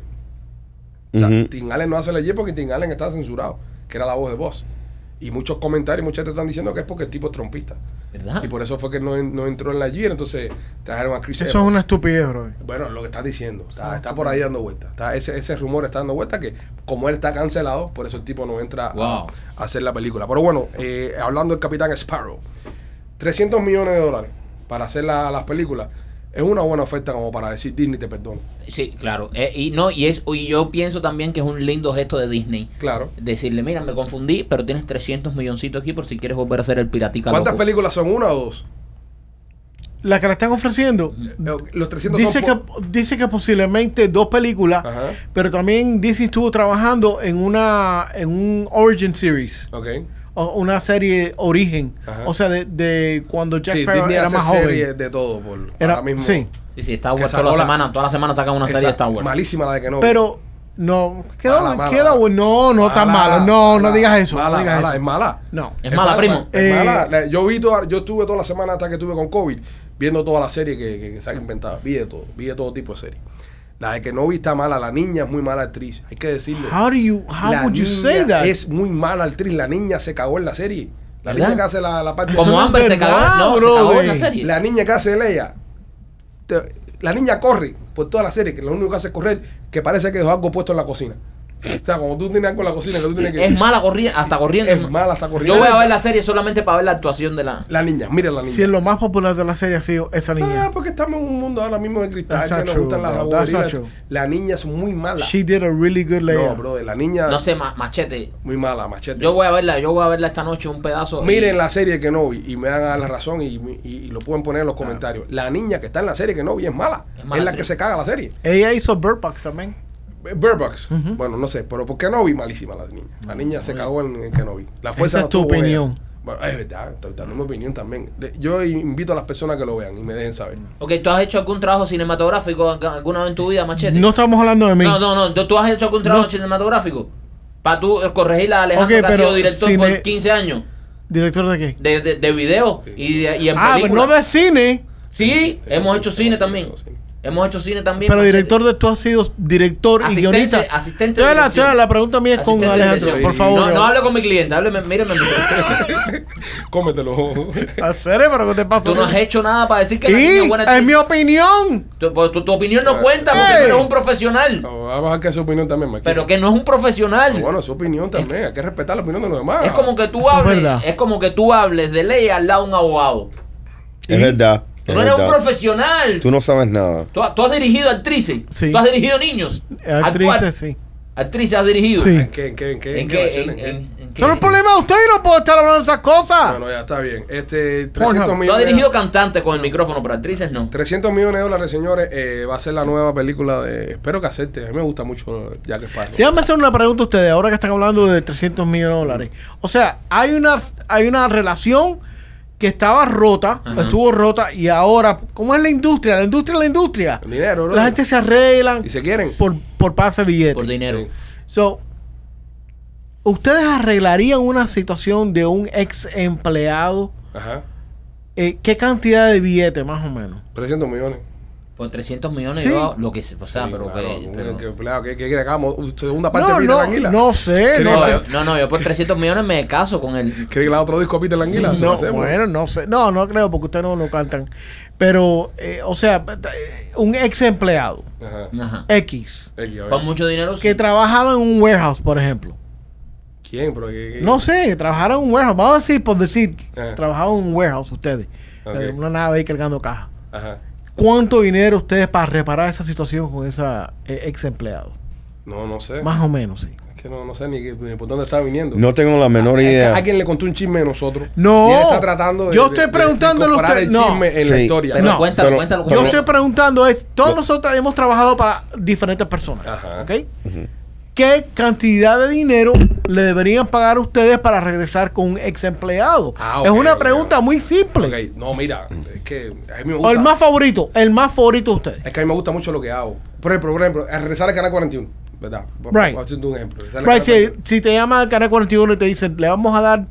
Speaker 1: O sea,
Speaker 4: Ujú.
Speaker 1: Tim Allen no hace la Year porque Tim Allen estaba censurado, que era la voz de voz. Y muchos comentarios, muchas te están diciendo que es porque el tipo es trompista.
Speaker 3: Ah.
Speaker 2: ¿Verdad?
Speaker 1: Y por eso fue que no, en- no entró en la gira. Entonces trajeron a Chris
Speaker 3: Eso es
Speaker 1: Evans.
Speaker 3: una estupidez, bro.
Speaker 1: Bueno, lo que está diciendo. Está, está por ahí dando vueltas. Está- Ese, ese rumor está dando vueltas que como él está cancelado, por eso el tipo no entra a-
Speaker 2: Wow.
Speaker 1: a hacer la película. Pero bueno, eh, hablando del Capitán Sparrow, 300 millones de dólares para hacer la- las películas es una buena oferta como para decir Disney te perdono.
Speaker 2: Sí, claro. Eh, y no, y es, y yo pienso también que es un lindo gesto de Disney.
Speaker 1: Claro.
Speaker 2: Decirle, mira, me confundí, pero tienes 300 milloncitos aquí por si quieres volver a ser el piratica
Speaker 1: ¿Cuántas
Speaker 2: loco".
Speaker 1: películas son? ¿Una o dos?
Speaker 3: La que la están ofreciendo.
Speaker 1: Eh, Los 300
Speaker 3: Dice
Speaker 1: son
Speaker 3: que,
Speaker 1: po-
Speaker 3: dice que posiblemente dos películas,
Speaker 1: Ajá.
Speaker 3: pero también Disney estuvo trabajando en una en un origin series,
Speaker 1: Ok.
Speaker 3: o una serie origen,
Speaker 1: Ajá.
Speaker 3: o sea, de, de cuando Jack
Speaker 1: Sí,
Speaker 3: Sparrow
Speaker 1: Disney
Speaker 3: era
Speaker 1: hace
Speaker 3: más
Speaker 1: series
Speaker 3: joven.
Speaker 1: de todo. Por,
Speaker 3: Era,
Speaker 1: ahora mismo.
Speaker 3: sí,
Speaker 2: Sí, sí, Star
Speaker 1: Que
Speaker 2: Wars
Speaker 1: sacó
Speaker 2: toda la,
Speaker 1: la-
Speaker 2: semana, toda la semana sacan una serie de
Speaker 1: Exacto.
Speaker 2: Star Wars.
Speaker 1: Malísima la de que no.
Speaker 3: pero no queda,
Speaker 1: Mala, mala,
Speaker 3: queda
Speaker 1: mala.
Speaker 3: bueno. no, no tan
Speaker 1: Mala,
Speaker 3: malo, no,
Speaker 1: mala,
Speaker 3: no digas eso, no
Speaker 1: mala,
Speaker 3: digas
Speaker 1: mala,
Speaker 3: eso.
Speaker 1: Es mala.
Speaker 3: No.
Speaker 2: Es mala, primo.
Speaker 1: Es
Speaker 3: Eh,
Speaker 1: mala. La- Yo vi toda, yo estuve toda la semana hasta que estuve con COVID viendo toda la serie que, que- que se han inventado. Vi de todo, vi de todo tipo de series. La de que no vi está mala, la niña es muy mala actriz. Hay que decirlo.
Speaker 3: How do you how
Speaker 1: La
Speaker 3: would you
Speaker 1: niña
Speaker 3: say that?
Speaker 1: Es muy mala actriz. La niña se cagó en la serie. La
Speaker 2: ¿Verdad?
Speaker 1: niña que hace la, la parte
Speaker 2: Como
Speaker 3: no es
Speaker 2: Amber se
Speaker 3: verdad,
Speaker 2: cagó, no, se
Speaker 3: bro,
Speaker 2: cagó en la
Speaker 3: eh.
Speaker 2: serie.
Speaker 1: La niña que hace Leia. te- la niña corre por toda la serie, que lo único que hace es correr, que parece que dejó algo puesto en la cocina. O sea, como tú tienes algo en la cocina, que tú tienes que.
Speaker 2: Es mala corriendo, hasta corriendo.
Speaker 1: Es mala hasta corriendo.
Speaker 2: Yo voy a ver la serie solamente para ver la actuación de la.
Speaker 1: La niña, mira la niña.
Speaker 3: si es lo más popular de la serie ha sido esa niña.
Speaker 1: Ah, porque estamos en un mundo ahora mismo de cristal,
Speaker 3: That's
Speaker 1: que
Speaker 3: not
Speaker 1: nos
Speaker 3: true,
Speaker 1: gustan las
Speaker 3: bro. That's not
Speaker 1: abogadas.
Speaker 3: true.
Speaker 1: La niña es muy mala.
Speaker 3: She did a really good
Speaker 1: no,
Speaker 3: layout.
Speaker 1: bro, la niña
Speaker 2: No sé, ma- machete.
Speaker 1: muy mala, machete.
Speaker 2: Yo voy a verla, yo voy a verla esta noche un pedazo. y-
Speaker 1: Miren la serie que no vi y me dan la razón y, y- y lo pueden poner en los comentarios. La niña que está en la serie que no vi es mala.
Speaker 2: Es
Speaker 1: Es,
Speaker 2: mala
Speaker 1: la que
Speaker 2: actriz.
Speaker 1: se caga la serie.
Speaker 3: Ella hizo Bird Box también.
Speaker 1: Burbucks. Bueno, no sé, pero ¿por qué no vi malísima la niña? La niña se cagó en, en que no vi. La fuerza
Speaker 3: Esa
Speaker 1: no
Speaker 3: es tu
Speaker 1: tuvo ella.
Speaker 3: opinión.
Speaker 1: Bueno, es verdad, estoy dando mi opinión también. De- Yo invito a las personas que lo vean y me dejen saber.
Speaker 3: Mm.
Speaker 2: Ok, ¿tú has hecho algún trabajo cinematográfico alguna vez en tu vida, machete?
Speaker 3: No estamos hablando de mí.
Speaker 2: No, no, no. ¿Tú- ¿Tú has hecho algún trabajo cinematográfico? Para tú eh, corregir a Alejandro
Speaker 3: Ok,
Speaker 2: que ha sido
Speaker 3: pero
Speaker 2: director
Speaker 3: cine-
Speaker 2: por 15 años
Speaker 3: ¿Director de qué?
Speaker 2: de, de, de video y, de, y en
Speaker 3: Ah, pero
Speaker 2: película.
Speaker 3: no de cine.
Speaker 2: Sí, hemos hecho cine también.
Speaker 1: tengo cine.
Speaker 2: Hemos hecho cine también.
Speaker 3: Pero
Speaker 2: machete.
Speaker 3: director de tú has sido director y
Speaker 2: pues, Asistente-
Speaker 3: guionista.
Speaker 2: asistente
Speaker 3: Toda
Speaker 2: de
Speaker 3: la,
Speaker 2: dirección.
Speaker 3: toda la pregunta mía es con
Speaker 2: Asistente de
Speaker 3: Alejandro,
Speaker 2: dirección.
Speaker 3: por favor.
Speaker 2: No, no hable con mi cliente, hábleme, míreme. mi cliente.
Speaker 1: Cómetelo.
Speaker 3: Hacer, pero ¿qué te pasa?
Speaker 2: Tú no has hecho nada para decir que la niña es
Speaker 3: Y
Speaker 2: buena
Speaker 3: es
Speaker 2: actriz.
Speaker 3: mi opinión.
Speaker 2: Tu, pues, tu- tu opinión no cuenta porque
Speaker 3: Sí.
Speaker 2: tú eres un profesional.
Speaker 1: Vamos a bajar que es su opinión también, Marquito.
Speaker 2: Pero que no es un profesional.
Speaker 1: Pero bueno, es su opinión también. Hay que respetar la opinión de los demás.
Speaker 2: Es como que tú
Speaker 3: Eso es
Speaker 2: hables,
Speaker 3: verdad.
Speaker 2: es, como que tú hables de ley al lado de un abogado.
Speaker 4: Es verdad.
Speaker 2: Tú
Speaker 4: es
Speaker 2: no eres un
Speaker 4: verdad.
Speaker 2: profesional.
Speaker 4: Tú
Speaker 2: Tú,
Speaker 4: no sabes nada.
Speaker 2: tú has dirigido actrices.
Speaker 3: Sí.
Speaker 2: Tú has dirigido niños. Actua-
Speaker 3: Actrices, sí.
Speaker 2: Actrices has dirigido.
Speaker 3: Sí.
Speaker 1: ¿En qué? ¿En qué? ¿En qué?
Speaker 2: ¿En qué?
Speaker 1: relación?
Speaker 2: ¿En,
Speaker 1: ¿En qué?
Speaker 2: en- en qué?
Speaker 3: Son los problemas de ustedes, no puedo estar hablando de esas cosas.
Speaker 1: Bueno, ya está bien. Este,
Speaker 3: Pornhub.
Speaker 1: 300
Speaker 2: Tú has
Speaker 1: millones,
Speaker 2: dirigido cantantes con el micrófono, pero actrices no.
Speaker 1: 300 millones de dólares, señores. eh, va a ser la nueva película de. Espero que acepte. A mí me gusta mucho Jack Sparrow.
Speaker 3: Déjame hacer una pregunta a ustedes, ahora que están hablando de 300 millones de dólares. O sea, hay una, hay una relación que estaba rota,
Speaker 2: Ajá.
Speaker 3: estuvo rota, y ahora, ¿cómo es la industria? La industria es la industria.
Speaker 1: El dinero, bro.
Speaker 3: La gente se arreglan
Speaker 1: Y se quieren.
Speaker 3: por, por pase billete.
Speaker 2: Por dinero.
Speaker 3: So, ¿ustedes arreglarían una situación de un ex empleado?
Speaker 1: Ajá.
Speaker 3: Eh, ¿Qué cantidad de billete, más o menos?
Speaker 1: 300 millones.
Speaker 2: Por 300 millones
Speaker 3: Sí.
Speaker 2: yo lo que se o sea,
Speaker 1: Sí,
Speaker 2: pero,
Speaker 1: claro,
Speaker 2: que,
Speaker 1: un-
Speaker 2: pero-
Speaker 1: que, claro, que- que- que hagamos uh, segunda parte
Speaker 3: No,
Speaker 1: de Peter Languila.
Speaker 3: no, no sé. No,
Speaker 2: No,
Speaker 3: sé.
Speaker 2: yo- no, no, yo por 300 millones me caso con el
Speaker 1: ¿Cree que la otro disco a Peter Languila?
Speaker 3: No, bueno, no sé. pues. No, no creo porque ustedes no lo cantan. Pero, eh, o sea, eh, un ex empleado,
Speaker 1: Ajá.
Speaker 2: Ajá.
Speaker 3: X,
Speaker 1: Ey, a ver.
Speaker 2: Con mucho dinero sí.
Speaker 3: que trabajaba en un warehouse, por ejemplo.
Speaker 1: ¿Quién, bro? ¿Qué- qué-
Speaker 3: No sé, que trabajara en un warehouse. Vamos a decir, por decir,
Speaker 1: Ajá.
Speaker 3: trabajaba en un warehouse ustedes.
Speaker 1: Ok.
Speaker 3: Eh, Una nave ahí cargando cajas.
Speaker 1: Ajá.
Speaker 3: ¿Cuánto dinero ustedes para reparar esa situación con esa eh, ex empleado?
Speaker 1: No, no sé.
Speaker 3: Más o menos, sí.
Speaker 1: Es que no, no sé ni, qué- ni por dónde está viniendo.
Speaker 4: No tengo la menor
Speaker 1: Es que
Speaker 4: idea.
Speaker 1: Alguien le contó un chisme de nosotros.
Speaker 3: No.
Speaker 1: Y él está tratando de,
Speaker 3: Yo estoy
Speaker 1: de- de- de
Speaker 3: preguntándole a
Speaker 1: incorporar
Speaker 3: usted-
Speaker 1: el
Speaker 3: no.
Speaker 1: chisme en la
Speaker 4: Sí.
Speaker 1: historia.
Speaker 2: Pero
Speaker 3: No,
Speaker 2: cuéntalo,
Speaker 4: pero-
Speaker 2: cuéntalo.
Speaker 4: pero-
Speaker 3: Yo
Speaker 2: cuéntalo.
Speaker 3: estoy preguntando es, todos
Speaker 4: Lo-
Speaker 3: nosotros hemos trabajado para diferentes personas,
Speaker 1: Ajá.
Speaker 3: ¿ok? ¿Qué cantidad de dinero le deberían pagar ustedes para regresar con un ex empleado?
Speaker 1: Ah, ok,
Speaker 3: es una
Speaker 1: ok,
Speaker 3: pregunta
Speaker 1: ok.
Speaker 3: muy simple.
Speaker 1: Ok, no, mira, es que a mí me
Speaker 3: O
Speaker 1: gusta.
Speaker 3: el más favorito, el más favorito de ustedes.
Speaker 1: Es que a mí me gusta mucho lo que hago. Por ejemplo, por ejemplo, a regresar al canal 41, ¿verdad? Vamos
Speaker 3: Right.
Speaker 1: haciendo un ejemplo. Regresar al
Speaker 3: Right,
Speaker 1: Canal
Speaker 3: si,
Speaker 1: 41.
Speaker 3: si te llama el canal 41 y te dicen, le vamos a dar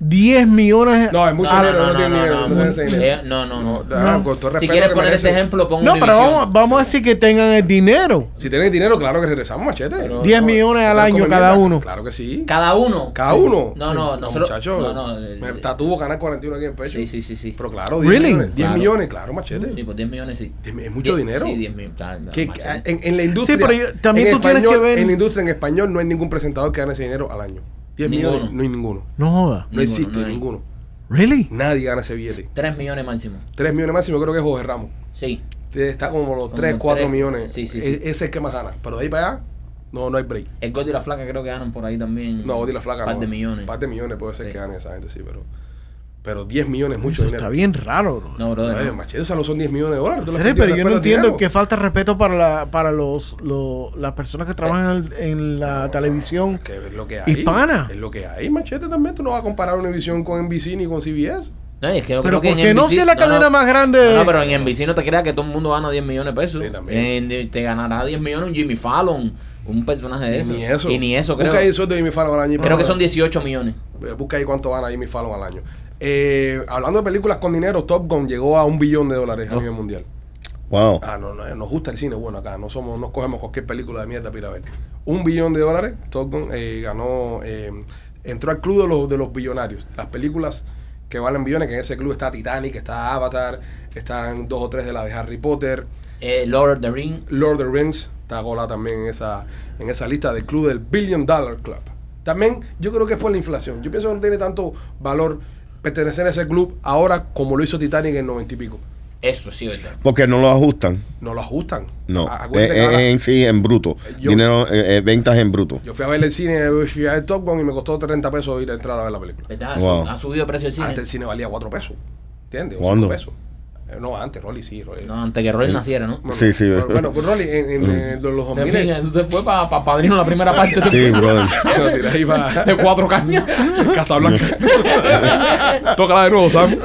Speaker 3: 10 millones.
Speaker 1: No, es mucho
Speaker 2: No, no,
Speaker 1: dinero,
Speaker 2: no,
Speaker 1: no, tiene
Speaker 2: no,
Speaker 1: dinero.
Speaker 2: no,
Speaker 1: No,
Speaker 2: no.
Speaker 1: tiene ese dinero.
Speaker 2: Eh, no, no, no.
Speaker 1: ah, con todo el
Speaker 2: Si
Speaker 1: respeto
Speaker 2: quieres
Speaker 1: que
Speaker 2: poner ese
Speaker 1: merece.
Speaker 2: ejemplo, pon
Speaker 3: No, pero
Speaker 2: Univision.
Speaker 3: vamos, vamos a decir que tengan el dinero.
Speaker 1: Si tienen dinero, claro que regresamos, machete.
Speaker 2: Pero-
Speaker 3: 10 millones al
Speaker 1: Están
Speaker 3: año
Speaker 1: comiendo-
Speaker 3: cada uno.
Speaker 1: Claro que sí.
Speaker 2: Cada uno.
Speaker 1: Cada
Speaker 2: Sí.
Speaker 1: uno.
Speaker 2: No,
Speaker 1: Sí.
Speaker 2: no, nosotros.
Speaker 1: muchacho,
Speaker 2: no, no, eh, el-
Speaker 1: me tatuó Canal 41 aquí en el pecho.
Speaker 2: Sí, sí, sí, sí.
Speaker 1: Pero claro, 10
Speaker 3: Really?
Speaker 1: millones. 10
Speaker 2: Claro.
Speaker 1: millones, claro, machete.
Speaker 2: Sí, por 10 millones sí.
Speaker 1: Es- es mucho
Speaker 2: Die-
Speaker 1: dinero.
Speaker 2: Sí, 10 millones. está- está
Speaker 1: Que-
Speaker 2: más,
Speaker 1: que-
Speaker 2: ¿eh?
Speaker 1: en, en la industria.
Speaker 3: Sí, pero yo- también
Speaker 1: en
Speaker 3: tú tienes
Speaker 1: español-
Speaker 3: que ver-
Speaker 1: En la industria en español no hay ningún presentador que gane ese dinero al año. 10
Speaker 2: Ninguno.
Speaker 1: millones, no hay ninguno.
Speaker 3: No joda.
Speaker 1: No
Speaker 2: Ninguno,
Speaker 1: existe
Speaker 2: no hay.
Speaker 1: ninguno.
Speaker 3: ¿Really?
Speaker 1: Nadie gana ese billete.
Speaker 2: 3 millones máximo.
Speaker 1: 3 millones máximo, creo que es Jorge Ramos.
Speaker 2: Sí.
Speaker 1: Está como los
Speaker 2: Como
Speaker 1: 3, 4
Speaker 2: tres.
Speaker 1: millones.
Speaker 2: Sí, sí,
Speaker 1: E-
Speaker 2: sí.
Speaker 1: Ese es el que más gana. Pero de ahí para allá, no, no hay break.
Speaker 2: El Gordo y la Flaca creo que ganan por ahí también.
Speaker 1: No, Gordy la Flaca.
Speaker 2: Un par
Speaker 1: no.
Speaker 2: de millones.
Speaker 1: par de millones puede ser
Speaker 2: Sí.
Speaker 1: que gane esa gente, sí, pero. Pero 10 millones es mucho
Speaker 3: Eso
Speaker 1: dinero.
Speaker 3: está bien raro, bro.
Speaker 2: No, brother.
Speaker 1: Ay,
Speaker 2: no.
Speaker 1: machete, o sea, no son 10 millones de dólares. tú le has
Speaker 3: Serio,
Speaker 1: perdido
Speaker 3: pero yo no
Speaker 1: respeto al
Speaker 3: entiendo
Speaker 1: dinero.
Speaker 3: que falta respeto para la, para los, los- las personas que trabajan en, en la televisión.
Speaker 1: Que es lo que hay.
Speaker 3: Hispana.
Speaker 1: Es lo que hay, machete también. Tú no vas a comparar Univision con NBC ni con CBS.
Speaker 2: No, y es que yo creo
Speaker 3: Pero
Speaker 2: que
Speaker 3: porque
Speaker 2: en
Speaker 3: no
Speaker 2: NBC
Speaker 3: si es la cadena más grande.
Speaker 2: No, no, pero en NBC no te creas que todo el mundo gana 10 millones de pesos.
Speaker 1: Sí, también.
Speaker 2: En- te ganará 10 millones un Jimmy Fallon, un personaje de eso.
Speaker 1: Ni eso.
Speaker 2: Y ni eso, creo.
Speaker 1: Busca ahí el sueldo de Jimmy Fallon al año.
Speaker 2: Creo que son 18 millones.
Speaker 1: Busca ahí cuánto gana Jimmy Fallon al año. Eh, hablando de películas con dinero, Top Gun llegó a un billón de dólares a nivel mundial.
Speaker 4: Wow.
Speaker 1: Ah, no, no, eh, nos gusta el cine bueno acá. No somos, no cogemos cualquier película de mierda para ir a ver. Un billón de dólares, Top Gun eh, ganó, eh, entró al club de los, de los billonarios. Las películas que valen billones, que en ese club está Titanic, está Avatar, están dos o tres de las de Harry Potter,
Speaker 2: Eh, Lord of the Ring.
Speaker 1: Lord of the Rings, está Gola también en esa, en esa lista del club del Billion Dollar Club. También yo creo que es por la inflación. Yo pienso que no tiene tanto valor pertenecer a ese club ahora como lo hizo Titanic en el 90 y pico.
Speaker 2: Eso sí, verdad.
Speaker 4: Porque no lo ajustan.
Speaker 1: No lo ajustan.
Speaker 4: No.
Speaker 1: A- Ah, acuérdate que
Speaker 4: Eh,
Speaker 1: ahora-
Speaker 4: eh, en sí, en bruto.
Speaker 1: Yo-
Speaker 4: Dinero, eh, eh, ventas en bruto.
Speaker 1: Yo fui a ver el cine, fui a ver Top Gun y me costó 30 pesos ir a entrar a ver la película.
Speaker 2: ¿Verdad?
Speaker 4: Wow.
Speaker 2: Ha subido el precio del cine.
Speaker 1: Antes el cine valía 4 pesos. ¿Entiendes? O
Speaker 4: ¿Cuándo?
Speaker 1: 5 pesos. Eh, No, antes, Rolly, sí, Rolly.
Speaker 2: No, antes que Roy naciera, ¿no?
Speaker 1: Bueno,
Speaker 4: Sí, Mm. sí.
Speaker 1: Bueno, bueno, pues Rolly, en, en, eh, los 2000.
Speaker 2: Mira, tú te fue para Padrino la primera parte te
Speaker 4: Sí, brother.
Speaker 1: No, tira ahí va.
Speaker 2: fue de cuatro cañas.
Speaker 1: Casablanca. Tócala de nuevo, Sam.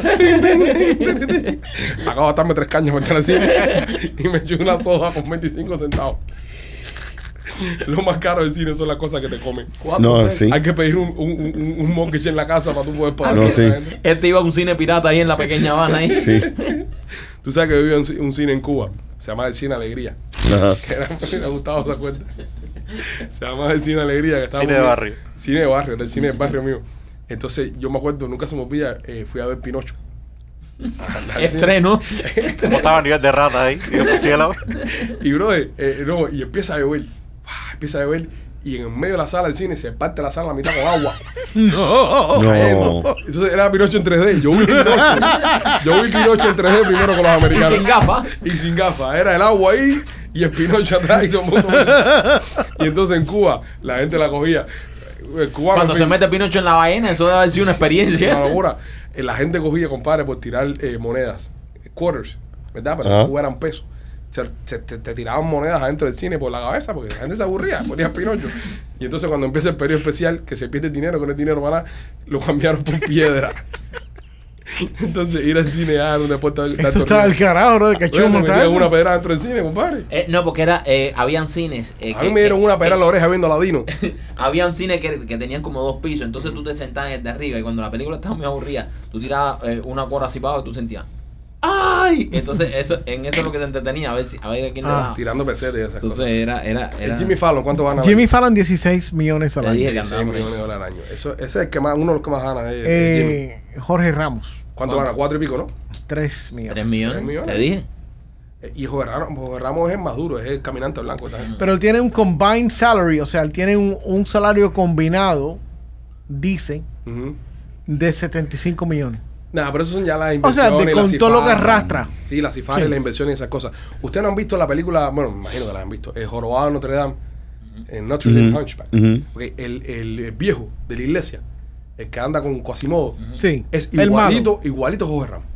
Speaker 1: Acabo de darme tres cañas para entrar al cine. Y me eché una soda con 25 centavos. Lo más caro del cine son las cosas que te comen.
Speaker 4: No, sí.
Speaker 1: Hay que pedir un, un, un, un mortgage en la casa para tú poder pagar.
Speaker 4: No, sí.
Speaker 2: Este iba a un cine pirata ahí en la pequeña Habana. Ahí.
Speaker 4: Sí.
Speaker 1: Tú sabes que vivía un, ci- un cine en Cuba. Se llama el Cine Alegría.
Speaker 4: Ajá.
Speaker 1: Que era era Gustavo, ¿se acuerda? Se llama el Cine Alegría. Que estaba
Speaker 5: Cine
Speaker 1: muy-
Speaker 5: de barrio.
Speaker 1: Cine de barrio, era el cine del barrio mío. Entonces, yo me acuerdo, nunca se me olvida, eh, fui a ver Pinocho. Al cine.
Speaker 2: Estreno.
Speaker 5: ¿Cómo estaba a nivel de rata ahí? Y de murciélago.
Speaker 1: Y bro, y empieza a llover. Ah, Empieza a llover. Y en medio de la sala del cine se parte la sala a la mitad con agua. Oh,
Speaker 4: No.
Speaker 1: Entonces era Pinocho en 3D. Yo vi Pinocho. Yo vi Pinocho en 3D primero con los
Speaker 2: Y
Speaker 1: americanos.
Speaker 2: sin gafas.
Speaker 1: y sin gafas. Era el agua ahí y el Pinocho atrás y todo el mundo. y entonces en Cuba la gente la cogía. El cubano,
Speaker 2: Cuando
Speaker 1: en
Speaker 2: se
Speaker 1: fin,
Speaker 2: mete Pinocho en la ballena, eso debe haber sido una experiencia.
Speaker 1: una locura. Eh, La gente cogía, compadre, por tirar eh, monedas, quarters, ¿verdad? Pero
Speaker 4: Ajá.
Speaker 1: en Cuba eran pesos. Se- se- te, te tiraban monedas adentro del cine por la cabeza porque la gente se aburría, ponía Pinocho. Y entonces cuando empieza el periodo especial, que se pierde el dinero, que no es dinero para nada, lo cambiaron por piedra. Entonces ir al cine ah, no te importa
Speaker 3: Eso está al carajo, bro. Que
Speaker 1: chumo,
Speaker 3: chumo está eso.
Speaker 1: una pedra dentro del cine, compadre.
Speaker 2: Eh, no, porque era, eh, habían cines. eh,
Speaker 1: A
Speaker 2: que-
Speaker 1: mí me dieron
Speaker 2: que-
Speaker 1: una pera en la oreja viendo a Ladino.
Speaker 2: Había un cine que, que tenían como dos pisos, entonces tú te sentabas en el de arriba y cuando la película estaba muy aburrida, tú tirabas eh, una cuerda así para abajo y tú sentías ¡Ay! Entonces eso, en eso es lo que se entretenía, a ver, si, a ver a quién le
Speaker 3: Ah,
Speaker 2: daba.
Speaker 1: Tirando pesetas y esas
Speaker 2: Entonces
Speaker 1: cosas.
Speaker 2: era, era, era
Speaker 1: El Jimmy Fallon, ¿cuánto van a
Speaker 3: Jimmy Fallon, 16 millones al
Speaker 2: Te dije
Speaker 3: año.
Speaker 2: que andaba
Speaker 1: 16
Speaker 2: por ahí.
Speaker 1: millones de dólares al año. Eso, ese es el que más, uno de los que más gana. eh, eh, Jimmy.
Speaker 3: Eh, Jorge Ramos,
Speaker 1: ¿Cuánto, gana? Cuatro y pico, ¿no?
Speaker 3: 3
Speaker 2: ¿Tres
Speaker 3: millones.
Speaker 2: millones?
Speaker 1: Tres millones.
Speaker 2: Te dije.
Speaker 1: Eh, Y Jorge Ramos, Jorge Ramos es el más duro, es el caminante blanco. esta gente.
Speaker 3: Pero él tiene un combined salary, o sea, él tiene un, un salario combinado, dice,
Speaker 1: Ujú.
Speaker 3: de 75 millones.
Speaker 1: Nada, pero eso son ya las
Speaker 3: O
Speaker 1: inversiones.
Speaker 3: sea, de
Speaker 1: las
Speaker 3: con todo lo que
Speaker 1: cifares.
Speaker 3: arrastra.
Speaker 1: Sí, las cifras
Speaker 3: Sí.
Speaker 1: las inversiones y esas cosas. Ustedes no han visto la película, bueno, me imagino que la han visto, El Jorobado de Notre Dame, en Notre Dame
Speaker 4: Ujú.
Speaker 1: Hunchback.
Speaker 4: Ujú.
Speaker 1: Ok, el, el- el viejo de la iglesia, el que anda con Quasimodo,
Speaker 3: Sí.
Speaker 1: es
Speaker 3: el malo.
Speaker 1: igualito, igualito a Jorge Ramos.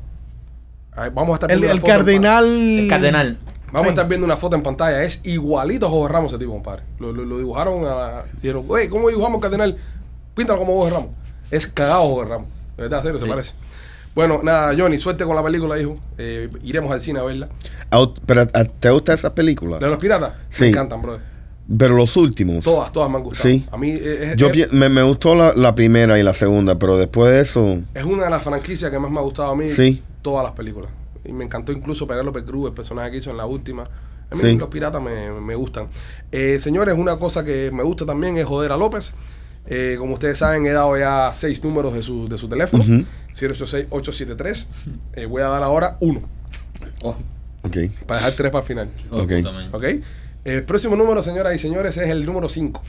Speaker 1: A ver, vamos a estar
Speaker 3: El,
Speaker 1: viendo
Speaker 3: el
Speaker 1: una foto en
Speaker 3: cardenal.
Speaker 2: El cardenal.
Speaker 1: pa- Vamos a
Speaker 3: sí.
Speaker 1: estar viendo una foto en pantalla. Es igualito a Jorge Ramos ese tipo, compadre. Lo, lo- lo dibujaron a. Dijeron, "Ey, ¿cómo dibujamos al cardenal? Píntalo como Jorge Ramos. Es cagado Jorge Ramos. De verdad, serio, se
Speaker 2: Sí.
Speaker 1: parece. Bueno, nada, Johnny, suerte con la película, hijo. Eh, iremos al cine a verla.
Speaker 4: Out- pero, ah, ¿Te gusta esa película?
Speaker 1: ¿La de los piratas?
Speaker 4: Sí.
Speaker 1: Me encantan, brother.
Speaker 4: Pero los últimos.
Speaker 1: Todas, todas me han gustado.
Speaker 4: Sí.
Speaker 1: A mí eh, es,
Speaker 4: Yo
Speaker 1: es-
Speaker 4: pi- me, me gustó la, la primera y la segunda, pero después de eso.
Speaker 1: es una de las franquicias que más me ha gustado a mí.
Speaker 4: Sí.
Speaker 1: Todas las películas. Y me encantó incluso Penélope Cruz, el personaje que hizo en la última. A mí
Speaker 4: Sí.
Speaker 1: los piratas me, me gustan. Eh, señores, una cosa que me gusta también es joder a López. Eh, como ustedes saben, he dado ya seis números de su, de su teléfono.
Speaker 4: Ujú.
Speaker 1: 786-873. Eh, voy a dar ahora uno.
Speaker 2: Oh,
Speaker 4: Ok.
Speaker 1: Para dejar tres para el final.
Speaker 2: oh,
Speaker 4: Ok.
Speaker 2: puta madre.
Speaker 1: ¿Ok? El próximo número, señoras y señores, es el número 5.